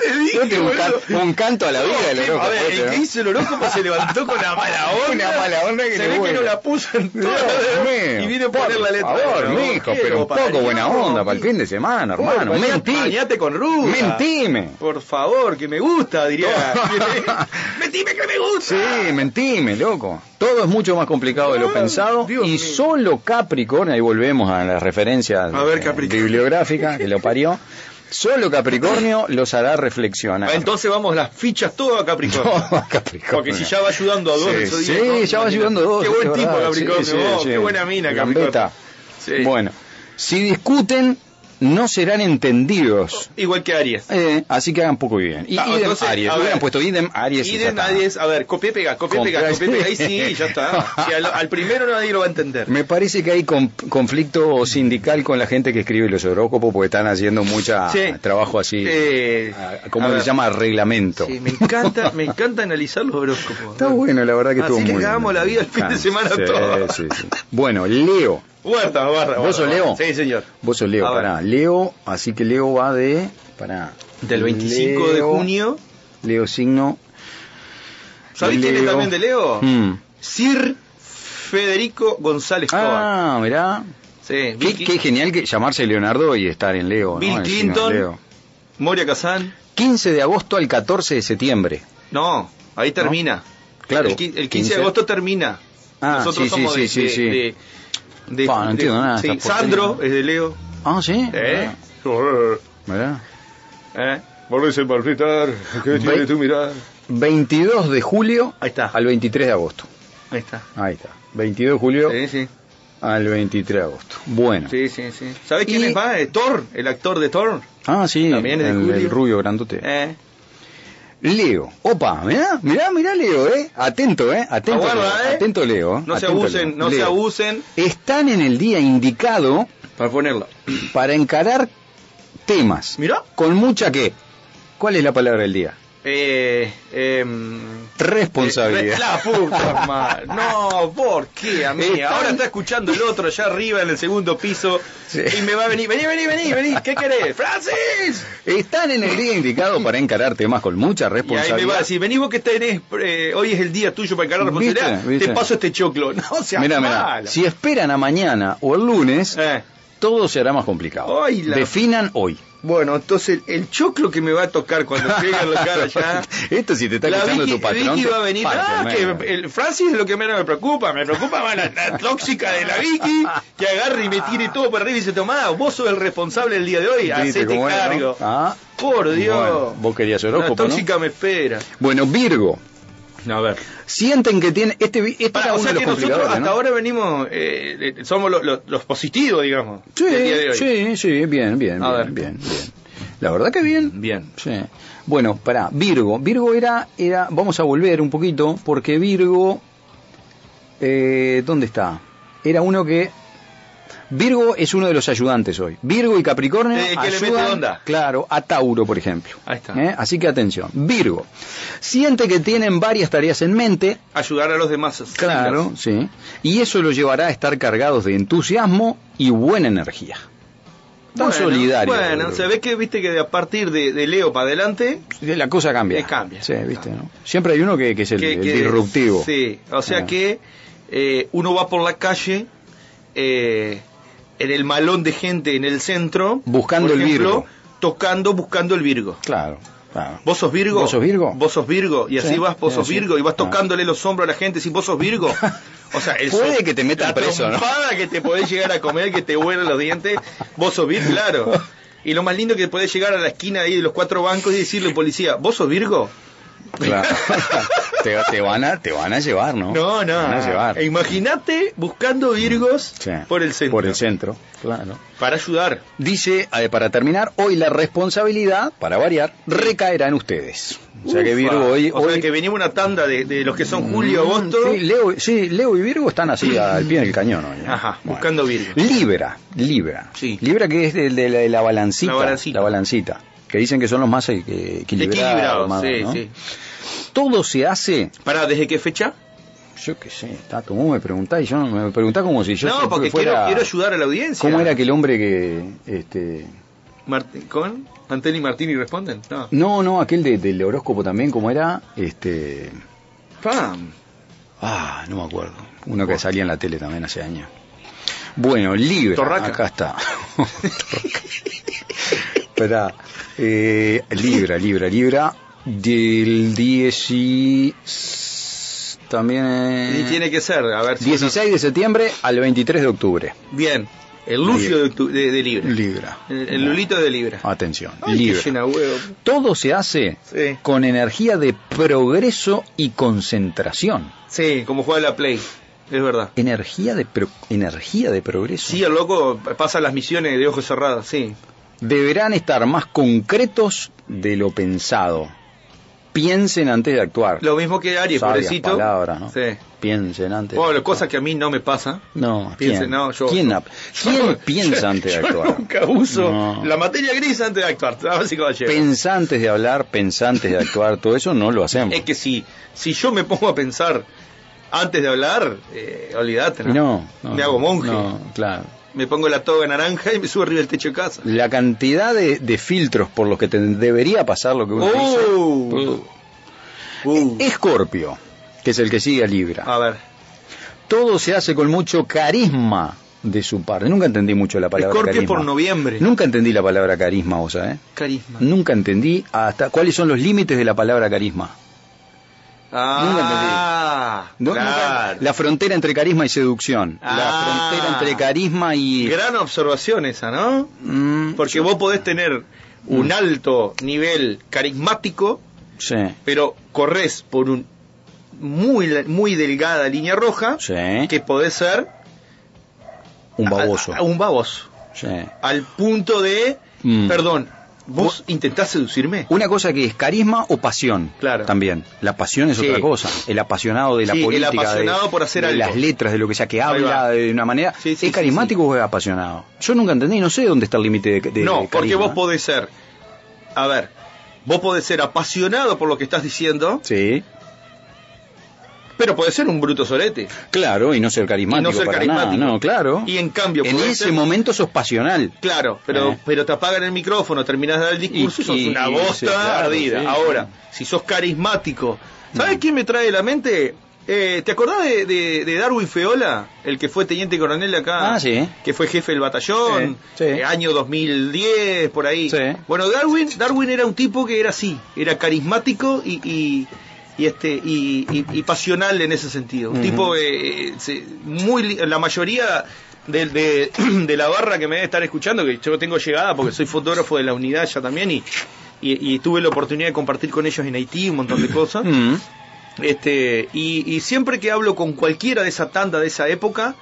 Speaker 3: Te dije,
Speaker 2: Yo tengo un,
Speaker 3: boludo.
Speaker 2: can- un canto a la vida del
Speaker 3: Sí,
Speaker 2: horóscopo
Speaker 3: a ver,
Speaker 2: este,
Speaker 3: el
Speaker 2: ¿no?
Speaker 3: que hizo el horóscopo se levantó con la mala onda.
Speaker 2: Una mala onda que
Speaker 3: se
Speaker 2: te
Speaker 3: ve que
Speaker 2: vuela.
Speaker 3: no la puso en todo.
Speaker 2: Dios mío,
Speaker 3: y vino a poner
Speaker 2: por
Speaker 3: la letra.
Speaker 2: favor,
Speaker 3: No,
Speaker 2: mijo,
Speaker 3: quiero,
Speaker 2: pero un
Speaker 3: padre,
Speaker 2: poco buena
Speaker 3: no,
Speaker 2: onda para el
Speaker 3: mi-
Speaker 2: fin de semana,
Speaker 3: Por,
Speaker 2: hermano.
Speaker 3: bañate-
Speaker 2: Mentí.
Speaker 3: bañate con ruda.
Speaker 2: Mentime.
Speaker 3: Por favor, que me gusta, diría.
Speaker 2: No.
Speaker 3: Mentime que me gusta.
Speaker 2: Sí, mentime, loco. Todo es mucho más complicado de lo
Speaker 3: Ah,
Speaker 2: pensado.
Speaker 3: Dios
Speaker 2: y
Speaker 3: mío.
Speaker 2: solo Capricornio, ahí volvemos a las referencias
Speaker 3: A ver,
Speaker 2: eh,
Speaker 3: Capricornio.
Speaker 2: bibliográficas que lo parió. Solo Capricornio los hará reflexionar.
Speaker 3: Ah, Entonces vamos las fichas todas a Capricornio.
Speaker 2: Toma, Capricornio.
Speaker 3: Porque si ya va ayudando a dos,
Speaker 2: Sí,
Speaker 3: eso
Speaker 2: sí,
Speaker 3: digo, ¿no?
Speaker 2: ya va ayudando a dos,
Speaker 3: Qué buen
Speaker 2: es
Speaker 3: tipo
Speaker 2: verdad,
Speaker 3: Capricornio,
Speaker 2: sí, sí,
Speaker 3: vos,
Speaker 2: sí.
Speaker 3: qué buena mina
Speaker 2: Gambetta.
Speaker 3: Capricornio. Sí.
Speaker 2: Bueno, si discuten, no serán entendidos.
Speaker 3: Igual que Aries.
Speaker 2: Eh, así que hagan poco bien. Y
Speaker 3: Ah,
Speaker 2: idem
Speaker 3: entonces,
Speaker 2: Aries.
Speaker 3: a
Speaker 2: Hubieran
Speaker 3: ver.
Speaker 2: puesto idem Aries. y ya
Speaker 3: Idem
Speaker 2: está.
Speaker 3: Aries, a ver, copié pega, copié pega,
Speaker 2: Contra-
Speaker 3: copié pega, ahí sí, ya está. Si al, al primero nadie lo va a entender.
Speaker 2: Me parece que hay com- conflicto sindical con la gente que escribe los horóscopos porque están haciendo mucho
Speaker 3: Sí.
Speaker 2: trabajo así.
Speaker 3: Eh,
Speaker 2: a- Ah, ¿Cómo
Speaker 3: a
Speaker 2: se
Speaker 3: ver.
Speaker 2: llama? Reglamento.
Speaker 3: Sí, me encanta, me encanta analizar los horóscopos.
Speaker 2: Está bueno, la verdad que
Speaker 3: Así
Speaker 2: estuvo
Speaker 3: le
Speaker 2: muy
Speaker 3: cagamos
Speaker 2: bien.
Speaker 3: la vida el fin de
Speaker 2: Ah,
Speaker 3: semana a
Speaker 2: sí,
Speaker 3: todos.
Speaker 2: sí, sí. Bueno, Leo.
Speaker 3: Guarda, guarda.
Speaker 2: ¿Vos sos Leo?
Speaker 3: Sí, señor.
Speaker 2: Vos sos Leo,
Speaker 3: A ver.
Speaker 2: pará. Leo, así que Leo va de. Pará.
Speaker 3: Del 25 de
Speaker 2: Leo,
Speaker 3: junio.
Speaker 2: Leo signo.
Speaker 3: ¿Sabés quién es también de Leo?
Speaker 2: Mm.
Speaker 3: Sir Federico González Coa.
Speaker 2: Ah, mirá.
Speaker 3: Sí,
Speaker 2: Qué,
Speaker 3: Bill
Speaker 2: qué genial que llamarse Leonardo y estar en Leo. ¿no?
Speaker 3: Bill
Speaker 2: El signo de
Speaker 3: Clinton.
Speaker 2: Leo.
Speaker 3: Moria Kazán.
Speaker 2: 15 de agosto al 14 de septiembre.
Speaker 3: No, ahí termina.
Speaker 2: Claro.
Speaker 3: El, qui- el 15, de agosto termina.
Speaker 2: Ah,
Speaker 3: Nosotros
Speaker 2: sí, sí,
Speaker 3: somos de,
Speaker 2: sí,
Speaker 3: de-
Speaker 2: sí, sí.
Speaker 3: de- de-
Speaker 2: Pa, no
Speaker 3: de-
Speaker 2: entiendo nada de
Speaker 3: sí,
Speaker 2: esta porquería.
Speaker 3: Sandro es de Leo.
Speaker 2: Ah, sí.
Speaker 3: ¿Eh?
Speaker 2: Mirá.
Speaker 3: ¿Eh? Volvés a malfritar, que
Speaker 2: Ve-
Speaker 3: tiene tu mirada.
Speaker 2: 22 de julio
Speaker 3: Ahí está.
Speaker 2: al 23 de agosto.
Speaker 3: Ahí está.
Speaker 2: Ahí está. 22 de julio
Speaker 3: Sí, sí.
Speaker 2: al 23 de agosto. Bueno.
Speaker 3: Sí, sí, sí. ¿Sabés quién
Speaker 2: Y-
Speaker 3: es más? Eh, Thor, el actor de Thor.
Speaker 2: Ah, sí.
Speaker 3: También es de
Speaker 2: el,
Speaker 3: julio.
Speaker 2: el rubio grandote.
Speaker 3: Eh.
Speaker 2: Leo. Opa, mirá, mirá, mirá Leo, ¿eh? Atento, ¿eh? Atento,
Speaker 3: Aguarda,
Speaker 2: Leo,
Speaker 3: ¿eh?
Speaker 2: atento Leo. ¿eh?
Speaker 3: No se
Speaker 2: Atento,
Speaker 3: abusen,
Speaker 2: Leo.
Speaker 3: no se
Speaker 2: Leo.
Speaker 3: abusen.
Speaker 2: Están en el día indicado
Speaker 3: Para ponerlo.
Speaker 2: para encarar temas.
Speaker 3: Mirá.
Speaker 2: Con mucha qué. ¿Cuál es la palabra del día?
Speaker 3: Eh, em,
Speaker 2: Responsabilidad.
Speaker 3: eh, La puta madre. No, ¿por qué, amiga?
Speaker 2: Están-
Speaker 3: Ahora está escuchando el otro allá arriba en el segundo piso
Speaker 2: Sí.
Speaker 3: y me va a venir. Vení, vení, vení, vení. ¿Qué querés? ¡Francis!
Speaker 2: Están en el día indicado para encarar temas con mucha
Speaker 3: Y ahí
Speaker 2: responsabilidad.
Speaker 3: me va a decir, vení vos que tenés, eh, hoy es el día tuyo para encarar la
Speaker 2: ¿Viste?
Speaker 3: responsabilidad,
Speaker 2: ¿Viste?
Speaker 3: te paso este choclo. No seas
Speaker 2: Mirá, mirá,
Speaker 3: malo.
Speaker 2: si esperan a mañana o el lunes,
Speaker 3: Eh.
Speaker 2: todo será más complicado.
Speaker 3: Ay, la-
Speaker 2: Definan hoy.
Speaker 3: Bueno, entonces el choclo que me va a tocar cuando llegue a la cara ya...
Speaker 2: Esto si te está
Speaker 3: La
Speaker 2: escuchando
Speaker 3: Vicky,
Speaker 2: tu patrón.
Speaker 3: Vicky
Speaker 2: te-
Speaker 3: va a venir.
Speaker 2: Parque,
Speaker 3: Ah,
Speaker 2: mira.
Speaker 3: que el Francis es lo que menos me preocupa. Me preocupa más la, la tóxica de la Vicky que agarre y me tire todo para arriba y dice: Tomá, vos sos el responsable del día de hoy.
Speaker 2: ¿Viste
Speaker 3: Hacete
Speaker 2: cómo era, no?
Speaker 3: cargo.
Speaker 2: Ah.
Speaker 3: Por Dios.
Speaker 2: Bueno, vos querías
Speaker 3: la
Speaker 2: horóscopo, ¿no?
Speaker 3: tóxica me espera.
Speaker 2: Bueno, Virgo,
Speaker 3: A ver.
Speaker 2: sienten que tienen... Este, vi- este era
Speaker 3: o
Speaker 2: uno
Speaker 3: sea
Speaker 2: de los
Speaker 3: que nosotros
Speaker 2: complicadores,
Speaker 3: hasta
Speaker 2: ¿no?
Speaker 3: ahora venimos, eh, eh, somos los, los- los positivos, digamos,
Speaker 2: Sí,
Speaker 3: del día de hoy.
Speaker 2: sí, sí, bien, bien,
Speaker 3: A
Speaker 2: bien,
Speaker 3: ver.
Speaker 2: bien, bien. La verdad que bien.
Speaker 3: Bien.
Speaker 2: Sí. Bueno, para Virgo. Virgo era, era, vamos a volver un poquito, porque Virgo, eh, ¿dónde está? Era uno que Virgo es uno de los ayudantes hoy. Virgo y Capricornio
Speaker 3: Eh, que le mete
Speaker 2: ayudan,
Speaker 3: onda.
Speaker 2: claro, a Tauro, por ejemplo.
Speaker 3: Ahí está.
Speaker 2: ¿Eh? Así que atención. Virgo siente que tienen varias tareas en mente,
Speaker 3: Ayudar a los demás.
Speaker 2: Claro, sí. Y eso lo llevará a estar cargados de entusiasmo y buena energía. Tan
Speaker 3: Bueno,
Speaker 2: solidario.
Speaker 3: Bueno, se ve que viste que de a partir de, de Leo para adelante
Speaker 2: La cosa cambia.
Speaker 3: Eh, cambia.
Speaker 2: Sí, viste, ¿no? Siempre hay uno que, que es el,
Speaker 3: que-
Speaker 2: el
Speaker 3: que-
Speaker 2: disruptivo.
Speaker 3: Sí, o sea
Speaker 2: Ah.
Speaker 3: que eh, uno va por la calle, eh, en el malón de gente en el centro.
Speaker 2: Buscando
Speaker 3: por
Speaker 2: el Virgo.
Speaker 3: Tocando, buscando el Virgo.
Speaker 2: Claro, claro.
Speaker 3: ¿Vos sos Virgo?
Speaker 2: ¿Vos sos Virgo?
Speaker 3: Vos sos Virgo. Y así
Speaker 2: Sí,
Speaker 3: vas, vos
Speaker 2: sí,
Speaker 3: sos
Speaker 2: sí.
Speaker 3: Virgo. Y vas
Speaker 2: Ah.
Speaker 3: tocándole los hombros a la gente. Si vos sos Virgo. O sea, el
Speaker 2: Puede
Speaker 3: so-
Speaker 2: que te metan
Speaker 3: la
Speaker 2: preso, ¿no?
Speaker 3: trompada que te podés llegar a comer, que te huelen los dientes. Vos sos Virgo, claro. Y lo más lindo que podés llegar a la esquina ahí de los cuatro bancos y decirle, policía, ¿vos sos Virgo?
Speaker 2: Claro. te, te van a, te van a llevar, ¿no?
Speaker 3: No,
Speaker 2: Te van a
Speaker 3: no.
Speaker 2: llevar.
Speaker 3: E Imagínate buscando Virgos
Speaker 2: Sí.
Speaker 3: por el centro.
Speaker 2: Por el centro, claro.
Speaker 3: Para ayudar.
Speaker 2: Dice, eh, para terminar, hoy la responsabilidad, para variar, recaerá en ustedes. O sea que Virgo hoy...
Speaker 3: O sea
Speaker 2: hoy-
Speaker 3: que venimos una tanda de, de los que son Julio,
Speaker 2: Mm,
Speaker 3: Agosto.
Speaker 2: Sí Leo, sí, Leo y Virgo están así al pie del cañón hoy. ¿eh?
Speaker 3: Ajá,
Speaker 2: Bueno.
Speaker 3: buscando Virgo.
Speaker 2: Libra, Libra.
Speaker 3: Sí.
Speaker 2: Libra que es el de la, la balancita.
Speaker 3: La balancita.
Speaker 2: la balancita, Que dicen que son los más eh, que- equilibrados.
Speaker 3: Equilibrado,
Speaker 2: más,
Speaker 3: sí,
Speaker 2: ¿no?
Speaker 3: sí.
Speaker 2: Todo se hace,
Speaker 3: Pará, ¿desde qué fecha?
Speaker 2: yo qué sé, Tato, vos me preguntás y yo no- me preguntás como si yo
Speaker 3: no,
Speaker 2: se-
Speaker 3: porque
Speaker 2: fuera-
Speaker 3: quiero, quiero ayudar a la audiencia.
Speaker 2: ¿Cómo era aquel hombre que este
Speaker 3: Martín, ¿Con? ¿Antel y Martini responden? No.
Speaker 2: no, no, aquel de- del horóscopo también, ¿cómo era? Este
Speaker 3: Pam.
Speaker 2: Ah, no me acuerdo. Uno que salía en la tele también hace años. Bueno, Libra.
Speaker 3: Torraca.
Speaker 2: Acá está. Espera. Eh, Libra, Libra, Libra. Del 10 y... También... eh,
Speaker 3: Y tiene que ser, a ver si...
Speaker 2: 16 de septiembre al 23 de octubre.
Speaker 3: Bien. El Lucio de, tu- de- de Libra.
Speaker 2: Libra.
Speaker 3: El, el Lulito de Libra.
Speaker 2: Atención,
Speaker 3: Ay, qué
Speaker 2: Ah, Libra.
Speaker 3: llena huevo.
Speaker 2: Todo se hace
Speaker 3: Sí.
Speaker 2: con energía de progreso y concentración.
Speaker 3: Sí, como juega la Play. Es verdad.
Speaker 2: Energía de, pro- energía de progreso.
Speaker 3: Sí, el loco pasa las misiones de ojos cerrados, sí.
Speaker 2: Deberán estar más concretos de lo pensado. Piensen antes de actuar.
Speaker 3: Lo mismo que Aries,
Speaker 2: Sabias
Speaker 3: pobrecito.
Speaker 2: palabras, ¿no?
Speaker 3: Sí.
Speaker 2: Piensen antes. de
Speaker 3: Bueno,
Speaker 2: actuar.
Speaker 3: cosas que a mí no me pasa.
Speaker 2: No,
Speaker 3: Piensen,
Speaker 2: ¿quién?
Speaker 3: no, yo-
Speaker 2: ¿Quién,
Speaker 3: yo-
Speaker 2: ap- quién
Speaker 3: Yo-
Speaker 2: piensa antes de
Speaker 3: yo
Speaker 2: actuar?
Speaker 3: nunca uso
Speaker 2: No.
Speaker 3: la materia gris antes de actuar. Ah, damas y caballeros.
Speaker 2: Pensá antes de hablar, pensá antes de actuar, todo eso no lo hacemos.
Speaker 3: Es que si, si yo me pongo a pensar antes de hablar, eh, olvídate, ¿no?
Speaker 2: no, no,
Speaker 3: Me hago monje.
Speaker 2: no, claro.
Speaker 3: Me pongo la toga naranja y me subo arriba del techo de casa.
Speaker 2: La cantidad de, de filtros por los que te debería pasar lo que uno
Speaker 3: Uh.
Speaker 2: hizo.
Speaker 3: Uh.
Speaker 2: Escorpio, que es el que sigue a Libra.
Speaker 3: A ver,
Speaker 2: Todo se hace con mucho carisma de su parte. Nunca entendí mucho la palabra
Speaker 3: Escorpio
Speaker 2: carisma.
Speaker 3: por noviembre.
Speaker 2: Nunca entendí la palabra carisma, vos sabés.
Speaker 3: Carisma.
Speaker 2: Nunca entendí hasta cuáles son los límites de la palabra carisma.
Speaker 3: Ah,
Speaker 2: No, nunca-
Speaker 3: claro.
Speaker 2: la frontera entre carisma y seducción.
Speaker 3: Ah.
Speaker 2: la frontera entre carisma y...
Speaker 3: Gran observación esa, ¿no?
Speaker 2: Mm,
Speaker 3: Porque vos podés tener un alto nivel carismático,
Speaker 2: sí,
Speaker 3: pero corres por un muy la- muy delgada línea roja
Speaker 2: sí.
Speaker 3: que podés ser
Speaker 2: Un baboso.
Speaker 3: a- a- un baboso.
Speaker 2: Sí.
Speaker 3: Al punto de,
Speaker 2: Mm.
Speaker 3: perdón, vos intentás seducirme.
Speaker 2: Una cosa que es carisma o pasión.
Speaker 3: Claro.
Speaker 2: También. La pasión es
Speaker 3: Sí.
Speaker 2: otra cosa. El apasionado de la
Speaker 3: Sí, el
Speaker 2: política. de-
Speaker 3: apasionado por hacer
Speaker 2: de
Speaker 3: algo.
Speaker 2: las letras, de lo que sea, que
Speaker 3: Ahí
Speaker 2: habla
Speaker 3: va.
Speaker 2: de una manera.
Speaker 3: Sí, sí,
Speaker 2: ¿Es
Speaker 3: sí,
Speaker 2: carismático o es apasionado? Yo nunca entendí, no sé dónde está el límite de, de
Speaker 3: no, porque
Speaker 2: carisma.
Speaker 3: vos podés ser, a ver, vos podés ser apasionado por lo que estás diciendo,
Speaker 2: Sí.
Speaker 3: pero podés ser un bruto solete.
Speaker 2: Claro, y no ser carismático.
Speaker 3: Y no ser
Speaker 2: para
Speaker 3: carismático.
Speaker 2: nada, no, claro.
Speaker 3: Y en cambio,
Speaker 2: en
Speaker 3: podés
Speaker 2: ese
Speaker 3: ser-
Speaker 2: momento sos pasional.
Speaker 3: Claro, pero,
Speaker 2: Eh.
Speaker 3: pero te apagan el micrófono, terminás de dar el
Speaker 2: Y-
Speaker 3: discurso y, sos
Speaker 2: y-
Speaker 3: una
Speaker 2: y-
Speaker 3: bosta
Speaker 2: sí, claro,
Speaker 3: ardida.
Speaker 2: sí,
Speaker 3: Ahora,
Speaker 2: sí. Mm.
Speaker 3: si sos carismático, ¿sabes quién me trae a la mente? Eh, ¿Te acordás de, de- de Darwin Feola, el que fue teniente coronel de acá?
Speaker 2: Ah, sí.
Speaker 3: Que fue jefe del batallón,
Speaker 2: Sí, sí.
Speaker 3: eh, año 2010, por ahí.
Speaker 2: Sí.
Speaker 3: Bueno, Darwin, Darwin era un tipo que era así, era carismático y... y- y este y, y- y pasional en ese sentido un
Speaker 2: Ujú.
Speaker 3: tipo eh, eh, se- muy li- la mayoría de, de- de la barra que me debe estar escuchando que yo tengo llegada porque soy fotógrafo de la unidad ya también y, y- y tuve la oportunidad de compartir con ellos en Haití un montón de cosas
Speaker 2: Mm.
Speaker 3: este y, y siempre que hablo con cualquiera de esa tanda de esa época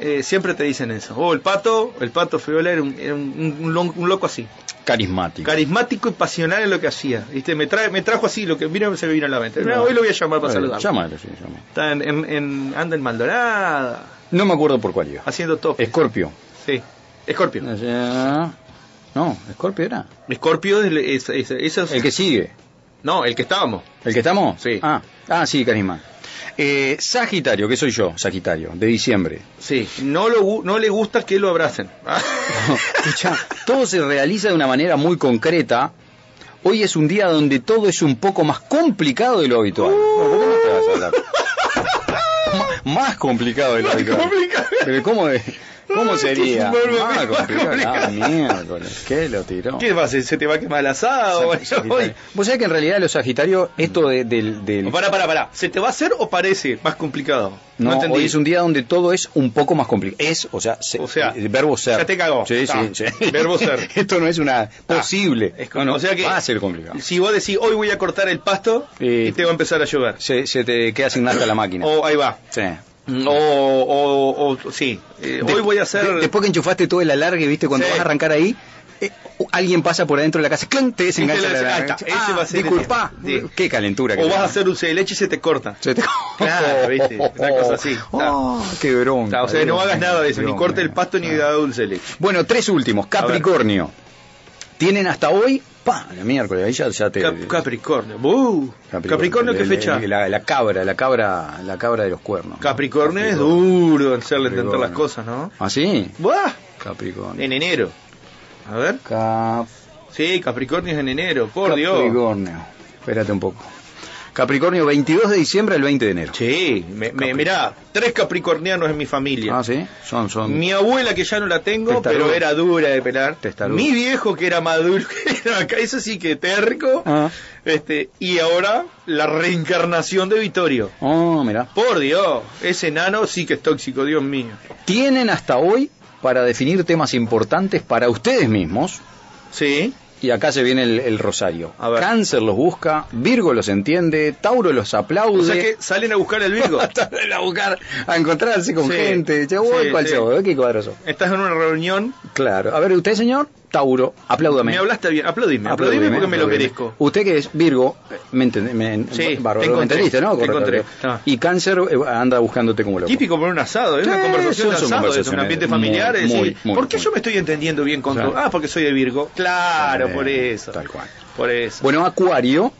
Speaker 3: eh, siempre te dicen eso o el pato el pato Fiola era un, era un- un lon- un loco así
Speaker 2: Carismático.
Speaker 3: carismático y pasional en lo que hacía viste me trae me trajo así lo que mira se me vino a la mente
Speaker 2: No.
Speaker 3: hoy lo voy a llamar para
Speaker 2: Bueno,
Speaker 3: saludar
Speaker 2: llámalo, sí, llámalo.
Speaker 3: Está en, en- en- anda en Maldonada,
Speaker 2: No me acuerdo por cuál iba.
Speaker 3: haciendo top.
Speaker 2: Escorpio.
Speaker 3: sí. Escorpio. Ah.
Speaker 2: Allá- No, Escorpio era.
Speaker 3: Escorpio es, es- es- esos-
Speaker 2: El que sigue.
Speaker 3: No, el que estábamos.
Speaker 2: ¿El que estamos?
Speaker 3: Sí.
Speaker 2: Ah, ah sí, carisma. Eh, Sagitario, que soy yo, Sagitario, de diciembre.
Speaker 3: Sí. No, lo, gu- no le gusta que lo abracen.
Speaker 2: Escucha, todo se realiza de una manera muy concreta. Hoy es un día donde todo es un poco más complicado de lo
Speaker 3: Uh.
Speaker 2: habitual. ¿Por qué no te vas a hablar? M- más complicado de lo habitual.
Speaker 3: complicado. Ah,
Speaker 2: Pero ¿cómo, es- cómo
Speaker 3: Ay,
Speaker 2: sería?
Speaker 3: qué bárbaro,
Speaker 2: Más
Speaker 3: más
Speaker 2: complicado. Ah,
Speaker 3: complicado.
Speaker 2: miércoles, ¿qué lo tiró?
Speaker 3: ¿Qué va? ¿Se, se te va a quemar el asado? Bueno,
Speaker 2: Sagitario.
Speaker 3: hoy-
Speaker 2: Vos sabés que en realidad los Sagitarios, esto de- del... del-
Speaker 3: Pará, pará, pará. ¿Se te va a hacer o parece más complicado?
Speaker 2: no,
Speaker 3: entendí.
Speaker 2: hoy es un día donde todo es un poco más complicado. Es, o sea, se-
Speaker 3: O sea,
Speaker 2: el verbo ser.
Speaker 3: ya te cagó.
Speaker 2: Sí,
Speaker 3: Está.
Speaker 2: sí, sí.
Speaker 3: Verbo ser. Ah,
Speaker 2: Esto no es una posible.
Speaker 3: Es
Speaker 2: No,
Speaker 3: con-
Speaker 2: no,
Speaker 3: o sea que
Speaker 2: va a ser complicado.
Speaker 3: Si vos decís, hoy voy a cortar el pasto,
Speaker 2: Sí.
Speaker 3: y te va a empezar a llover.
Speaker 2: Se, se te queda sin nada la máquina.
Speaker 3: O ahí va.
Speaker 2: Sí.
Speaker 3: O, o, o- sí. Eh, Mm, hoy
Speaker 2: De-
Speaker 3: voy a hacer...
Speaker 2: de- después que enchufaste todo el alargue, viste, cuando
Speaker 3: Sí.
Speaker 2: vas a arrancar ahí, eh, alguien pasa por adentro de la casa, ¡clunk! te desengancha
Speaker 3: Viste,
Speaker 2: la
Speaker 3: ahí
Speaker 2: alargue.
Speaker 3: está, ese va a ser el-
Speaker 2: disculpa.
Speaker 3: Sí.
Speaker 2: Qué calentura. que
Speaker 3: o
Speaker 2: te
Speaker 3: vas a
Speaker 2: da.
Speaker 3: hacer dulce de leche y se te corta.
Speaker 2: Se te-
Speaker 3: Claro, viste, una cosa así.
Speaker 2: Oh, qué bronca.
Speaker 3: Está, o sea, no
Speaker 2: Dios,
Speaker 3: hagas nada de eso, ni
Speaker 2: bronca.
Speaker 3: corte el pasto ni da dulce de leche.
Speaker 2: Bueno, tres últimos. Capricornio. Tienen hasta hoy. Pa, el miércoles, ahí ya, ya te.
Speaker 3: Cap- Capricornio. Uh, Capricornio, ¿qué
Speaker 2: el-
Speaker 3: fecha?
Speaker 2: el- La, la cabra, la cabra, la cabra de los cuernos.
Speaker 3: Capricornio es duro en hacerle entender
Speaker 2: Capricornio.
Speaker 3: las cosas, ¿no?
Speaker 2: ¿Ah, sí?
Speaker 3: Buah,
Speaker 2: Capricornio.
Speaker 3: en enero. A ver.
Speaker 2: Cap-
Speaker 3: Sí, Capricornio es en enero, por Dios.
Speaker 2: Capricornio. Espérate un poco. Capricornio, 22 de diciembre al 20 de enero.
Speaker 3: Sí, me, me- mirá, tres capricornianos en mi familia.
Speaker 2: Ah, sí. Son, son.
Speaker 3: Mi abuela que ya no la tengo,
Speaker 2: Testaruda.
Speaker 3: pero era dura de pelar.
Speaker 2: Testaruda.
Speaker 3: Mi viejo que era maduro, que era acá, eso sí que terco.
Speaker 2: Ah.
Speaker 3: Este, y ahora la reencarnación de Vittorio.
Speaker 2: Oh, mirá.
Speaker 3: Por Dios, ese nano sí que es tóxico, Dios mío.
Speaker 2: Tienen hasta hoy para definir temas importantes para ustedes mismos.
Speaker 3: Sí.
Speaker 2: Y acá se viene el, el rosario.
Speaker 3: A ver.
Speaker 2: Cáncer los busca, Virgo los entiende, Tauro los aplaude.
Speaker 3: O sea que salen a buscar el Virgo.
Speaker 2: Salen a buscar, a encontrarse con
Speaker 3: Sí.
Speaker 2: gente. Che, uy,
Speaker 3: Sí,
Speaker 2: ¿cuál
Speaker 3: sí.
Speaker 2: sos? ¿Qué cuadro sos?
Speaker 3: Estás en una reunión.
Speaker 2: Claro. A ver, usted, señor, Tauro, apláudame.
Speaker 3: Me hablaste bien. Aplaudime, aplaudime, porque me lo
Speaker 2: aplaudime.
Speaker 3: merezco.
Speaker 2: Usted que es Virgo, eh, me entendí, me,
Speaker 3: Sí,
Speaker 2: bárbaro,
Speaker 3: te
Speaker 2: lo
Speaker 3: encontré,
Speaker 2: entendiste, ¿no?
Speaker 3: te
Speaker 2: Correcto,
Speaker 3: encontré.
Speaker 2: correcto.
Speaker 3: Ah.
Speaker 2: Y Cáncer eh, anda buscándote como loco.
Speaker 3: Típico por un asado, es
Speaker 2: Sí,
Speaker 3: una conversación de
Speaker 2: son
Speaker 3: asado, es un
Speaker 2: conversaciones
Speaker 3: ambiente familiar.
Speaker 2: muy,
Speaker 3: es decir,
Speaker 2: muy, muy,
Speaker 3: ¿Por qué
Speaker 2: muy.
Speaker 3: yo me estoy entendiendo bien con
Speaker 2: Claro.
Speaker 3: todo? Ah, porque soy de Virgo. Claro,
Speaker 2: Eh,
Speaker 3: por eso.
Speaker 2: Tal cual.
Speaker 3: Por eso.
Speaker 2: Bueno, Acuario,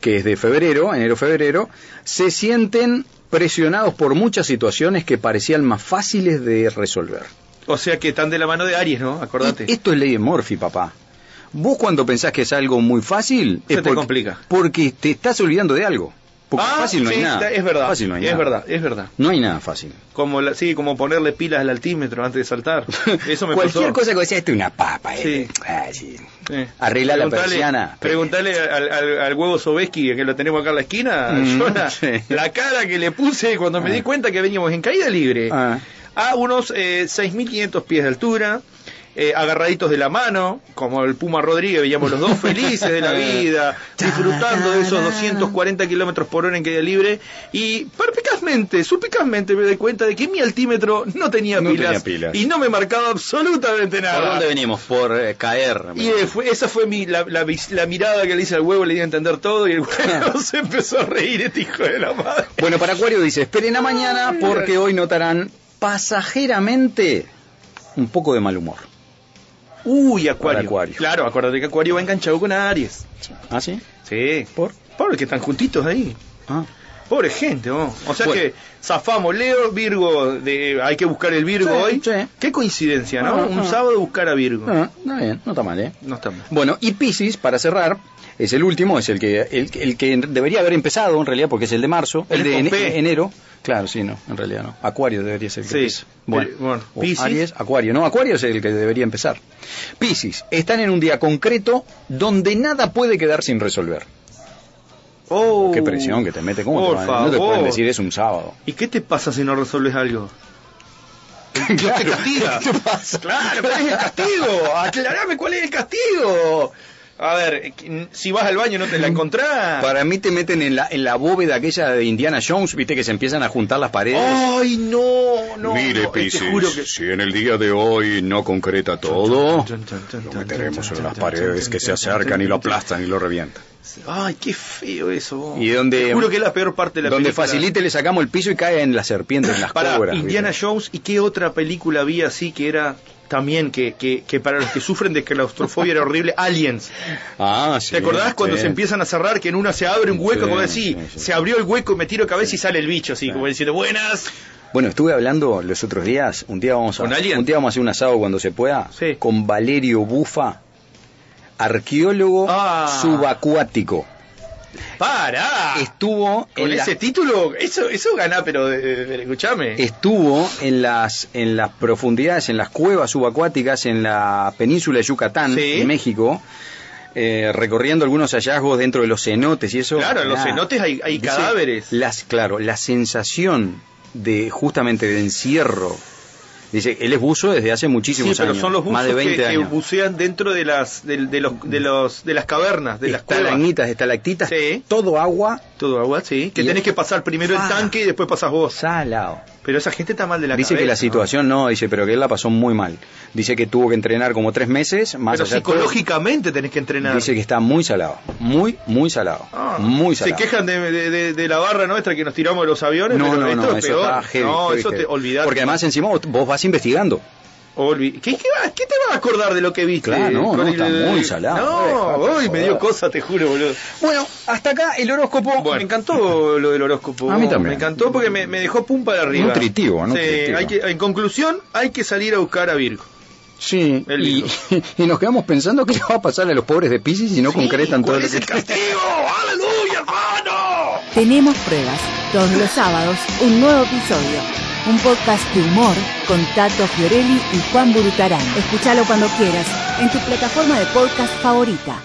Speaker 2: que es de febrero, enero-febrero, se sienten presionados por muchas situaciones que parecían más fáciles de resolver.
Speaker 3: O sea que están de la mano de Aries, ¿no? Acordate.
Speaker 2: Y Esto es ley de Murphy, papá. Vos cuando pensás que es algo muy fácil,
Speaker 3: Se
Speaker 2: es
Speaker 3: te complica.
Speaker 2: Porque te estás olvidando de algo. Porque
Speaker 3: Ah,
Speaker 2: fácil no
Speaker 3: sí,
Speaker 2: hay nada.
Speaker 3: Es verdad.
Speaker 2: Fácil no hay
Speaker 3: es
Speaker 2: nada.
Speaker 3: verdad, es verdad.
Speaker 2: No hay nada fácil.
Speaker 3: Como la- sí, como ponerle pilas al altímetro antes de saltar. Eso me
Speaker 2: Cualquier
Speaker 3: pasó.
Speaker 2: cosa que decías, esto es una papa. eh.
Speaker 3: Sí.
Speaker 2: Ah, sí.
Speaker 3: Sí.
Speaker 2: Arregla la
Speaker 3: Preguntale-
Speaker 2: persiana.
Speaker 3: Preguntale al, al- al huevo Sobeski, que lo tenemos acá en la esquina,
Speaker 2: Mm,
Speaker 3: Jonah,
Speaker 2: sí.
Speaker 3: la cara que le puse cuando me
Speaker 2: Ah.
Speaker 3: di cuenta que veníamos en caída libre.
Speaker 2: Ah.
Speaker 3: A unos eh, 6.500 pies de altura, eh, agarraditos de la mano, como el Puma Rodríguez, veíamos los dos felices de la vida, disfrutando de esos 240 kilómetros por hora en caída libre. Y perpicazmente, supicazmente me doy cuenta de que mi altímetro no tenía,
Speaker 2: No
Speaker 3: pilas,
Speaker 2: tenía pilas.
Speaker 3: y no me marcaba absolutamente nada.
Speaker 2: ¿Por dónde venimos? Por eh, caer.
Speaker 3: Y eh, fue- esa fue mi, la, la vis- la mirada que le hice al huevo, le di a entender todo y el huevo se empezó a reír, este hijo de la madre.
Speaker 2: Bueno, para Acuario dice, esperen a mañana porque hoy notarán pasajeramente un poco de mal humor.
Speaker 3: Uy, Acuario.
Speaker 2: Para Acuario.
Speaker 3: Claro, acuérdate que Acuario va enganchado con Aries.
Speaker 2: ¿Ah, sí?
Speaker 3: Sí.
Speaker 2: ¿Por?
Speaker 3: Pobre que están juntitos ahí.
Speaker 2: Ah.
Speaker 3: Pobre gente, ¿no? O sea
Speaker 2: Bueno.
Speaker 3: que zafamos Leo, Virgo, de, hay que buscar el Virgo
Speaker 2: Sí,
Speaker 3: hoy.
Speaker 2: sí.
Speaker 3: Qué coincidencia, ¿no?
Speaker 2: Ah,
Speaker 3: Un
Speaker 2: ah.
Speaker 3: sábado buscar a Virgo.
Speaker 2: No, no, está bien, no está mal, ¿eh?
Speaker 3: No estamos.
Speaker 2: Bueno, y Piscis, para cerrar, es el último, es el que, el, el que debería haber empezado en realidad porque es el de marzo, el
Speaker 3: El
Speaker 2: de
Speaker 3: con
Speaker 2: ene-
Speaker 3: P.
Speaker 2: enero. Claro, sí, no, en realidad no. Acuario debería ser el que
Speaker 3: Sí,
Speaker 2: empieza.
Speaker 3: pero, bueno,
Speaker 2: o
Speaker 3: Piscis.
Speaker 2: Aries, Acuario. No, Acuario es el que debería empezar. Piscis, están en un día concreto donde nada puede quedar sin resolver.
Speaker 3: Oh,
Speaker 2: Qué presión que te mete. ¿Cómo
Speaker 3: por
Speaker 2: te van a-
Speaker 3: favor.
Speaker 2: No te pueden decir es un sábado.
Speaker 3: ¿Y qué te pasa si no resuelves algo? Dios te castiga.
Speaker 2: ¿Qué te pasa?
Speaker 3: Claro, ¿cuál es el castigo? Aclarame cuál es el castigo. A ver, si vas al baño no te la encontrás.
Speaker 2: Para mí te meten en la, en la bóveda aquella de Indiana Jones, viste que se empiezan a juntar las paredes.
Speaker 3: Ay, no, Oh, no.
Speaker 5: Mire,
Speaker 3: no, te
Speaker 5: Piscis,
Speaker 3: juro que-
Speaker 5: si en el día de hoy no concreta todo,
Speaker 3: Chun, chun, chun,
Speaker 5: lo
Speaker 3: chun,
Speaker 5: meteremos
Speaker 3: chun,
Speaker 5: en
Speaker 3: chun,
Speaker 5: las
Speaker 3: chun,
Speaker 5: paredes
Speaker 3: chun,
Speaker 5: que se
Speaker 3: chun,
Speaker 5: acercan
Speaker 3: chun,
Speaker 5: y lo
Speaker 3: chun, chun.
Speaker 5: aplastan y lo revientan.
Speaker 3: Ay, qué feo eso. vos.
Speaker 2: Y donde-
Speaker 3: Te juro que es la peor parte de la
Speaker 2: donde
Speaker 3: película.
Speaker 2: facilite le sacamos el piso y cae en las serpientes, en las
Speaker 3: Para
Speaker 2: cobras.
Speaker 3: Indiana
Speaker 2: ¿viste?
Speaker 3: Jones y qué otra película había así que era también que, que, que para los que sufren de claustrofobia era horrible, Aliens.
Speaker 2: Ah, sí,
Speaker 3: ¿Te acordás
Speaker 2: sí.
Speaker 3: cuando se empiezan a cerrar que en una se abre un hueco
Speaker 2: Sí,
Speaker 3: como así?
Speaker 2: sí, sí.
Speaker 3: Se abrió el hueco, me tiro cabeza y sale el bicho así, como diciendo, "Buenas."
Speaker 2: Bueno, estuve hablando los otros días, un día vamos a,
Speaker 3: ¿Con alguien?
Speaker 2: un día vamos a hacer un asado cuando se pueda,
Speaker 3: Sí.
Speaker 2: con Valerio Bufa, arqueólogo
Speaker 3: Ah.
Speaker 2: subacuático.
Speaker 3: Para.
Speaker 2: Estuvo
Speaker 3: Con
Speaker 2: en la-
Speaker 3: ese título, eso eso gana, pero de- de- de- escuchame.
Speaker 2: Estuvo en las, en las profundidades, en las cuevas subacuáticas, en la península de Yucatán,
Speaker 3: Sí.
Speaker 2: en México, eh, recorriendo algunos hallazgos dentro de los cenotes y eso.
Speaker 3: Claro, en los
Speaker 2: Ah,
Speaker 3: cenotes hay- hay
Speaker 2: dice,
Speaker 3: cadáveres.
Speaker 2: Las, claro, la sensación de justamente de encierro. Dice, él es buzo desde hace
Speaker 3: Sí,
Speaker 2: muchísimos
Speaker 3: pero
Speaker 2: años,
Speaker 3: son los buzos
Speaker 2: más de 20
Speaker 3: que, que
Speaker 2: años.
Speaker 3: bucean dentro de las de, de los de los de las cavernas, de las cuevas.
Speaker 2: Estalagmitas, estalactitas,
Speaker 3: Sí.
Speaker 2: todo agua
Speaker 3: Todo agua, sí. Que
Speaker 2: Y-
Speaker 3: tenés que pasar primero
Speaker 2: Ah.
Speaker 3: el tanque y después pasas vos.
Speaker 2: salado.
Speaker 3: Pero esa gente está mal de la
Speaker 2: dice que la
Speaker 3: cabeza, ¿no?
Speaker 2: situación no, dice, pero que él la pasó muy mal. Dice que tuvo que entrenar como tres meses, más
Speaker 3: Pero
Speaker 2: allá de-
Speaker 3: psicológicamente tenés que entrenar.
Speaker 2: Dice que está muy salado, muy, muy salado,
Speaker 3: Ah,
Speaker 2: muy
Speaker 3: se
Speaker 2: salado.
Speaker 3: quejan de, de- de- de la barra nuestra que nos tiramos de los aviones.
Speaker 2: no,
Speaker 3: pero
Speaker 2: no,
Speaker 3: esto
Speaker 2: no,
Speaker 3: es
Speaker 2: eso
Speaker 3: peor.
Speaker 2: está heavy,
Speaker 3: no,
Speaker 2: heavy,
Speaker 3: eso
Speaker 2: heavy.
Speaker 3: te olvidás.
Speaker 2: Porque además encima vos, vos vas investigando.
Speaker 3: Olvi- ¿Qué, qué, va- qué te vas a acordar de lo que viste?
Speaker 2: Claro, no,
Speaker 3: Con
Speaker 2: no, está muy salado. Deja,
Speaker 3: No,
Speaker 2: por
Speaker 3: uy, me
Speaker 2: favor.
Speaker 3: dio cosa, te juro, boludo.
Speaker 2: Bueno, hasta acá el horóscopo.
Speaker 3: Me encantó lo del horóscopo.
Speaker 2: A mí también.
Speaker 3: Me encantó porque me, me dejó pum para arriba.
Speaker 2: Nutritivo,
Speaker 3: Sí,
Speaker 2: nutritivo.
Speaker 3: hay que- en conclusión, hay que salir a buscar a Virgo.
Speaker 2: Sí,
Speaker 3: El
Speaker 2: y, y nos quedamos pensando qué le va a pasar a los pobres de Pisces si no concretan todo lo que...
Speaker 3: ¡Aleluya, hermano!
Speaker 1: Tenemos pruebas. Todos los sábados, un nuevo episodio. Un podcast de humor con Tato Fiorelli y Juan Burutarán. Escúchalo cuando quieras en tu plataforma de podcast favorita.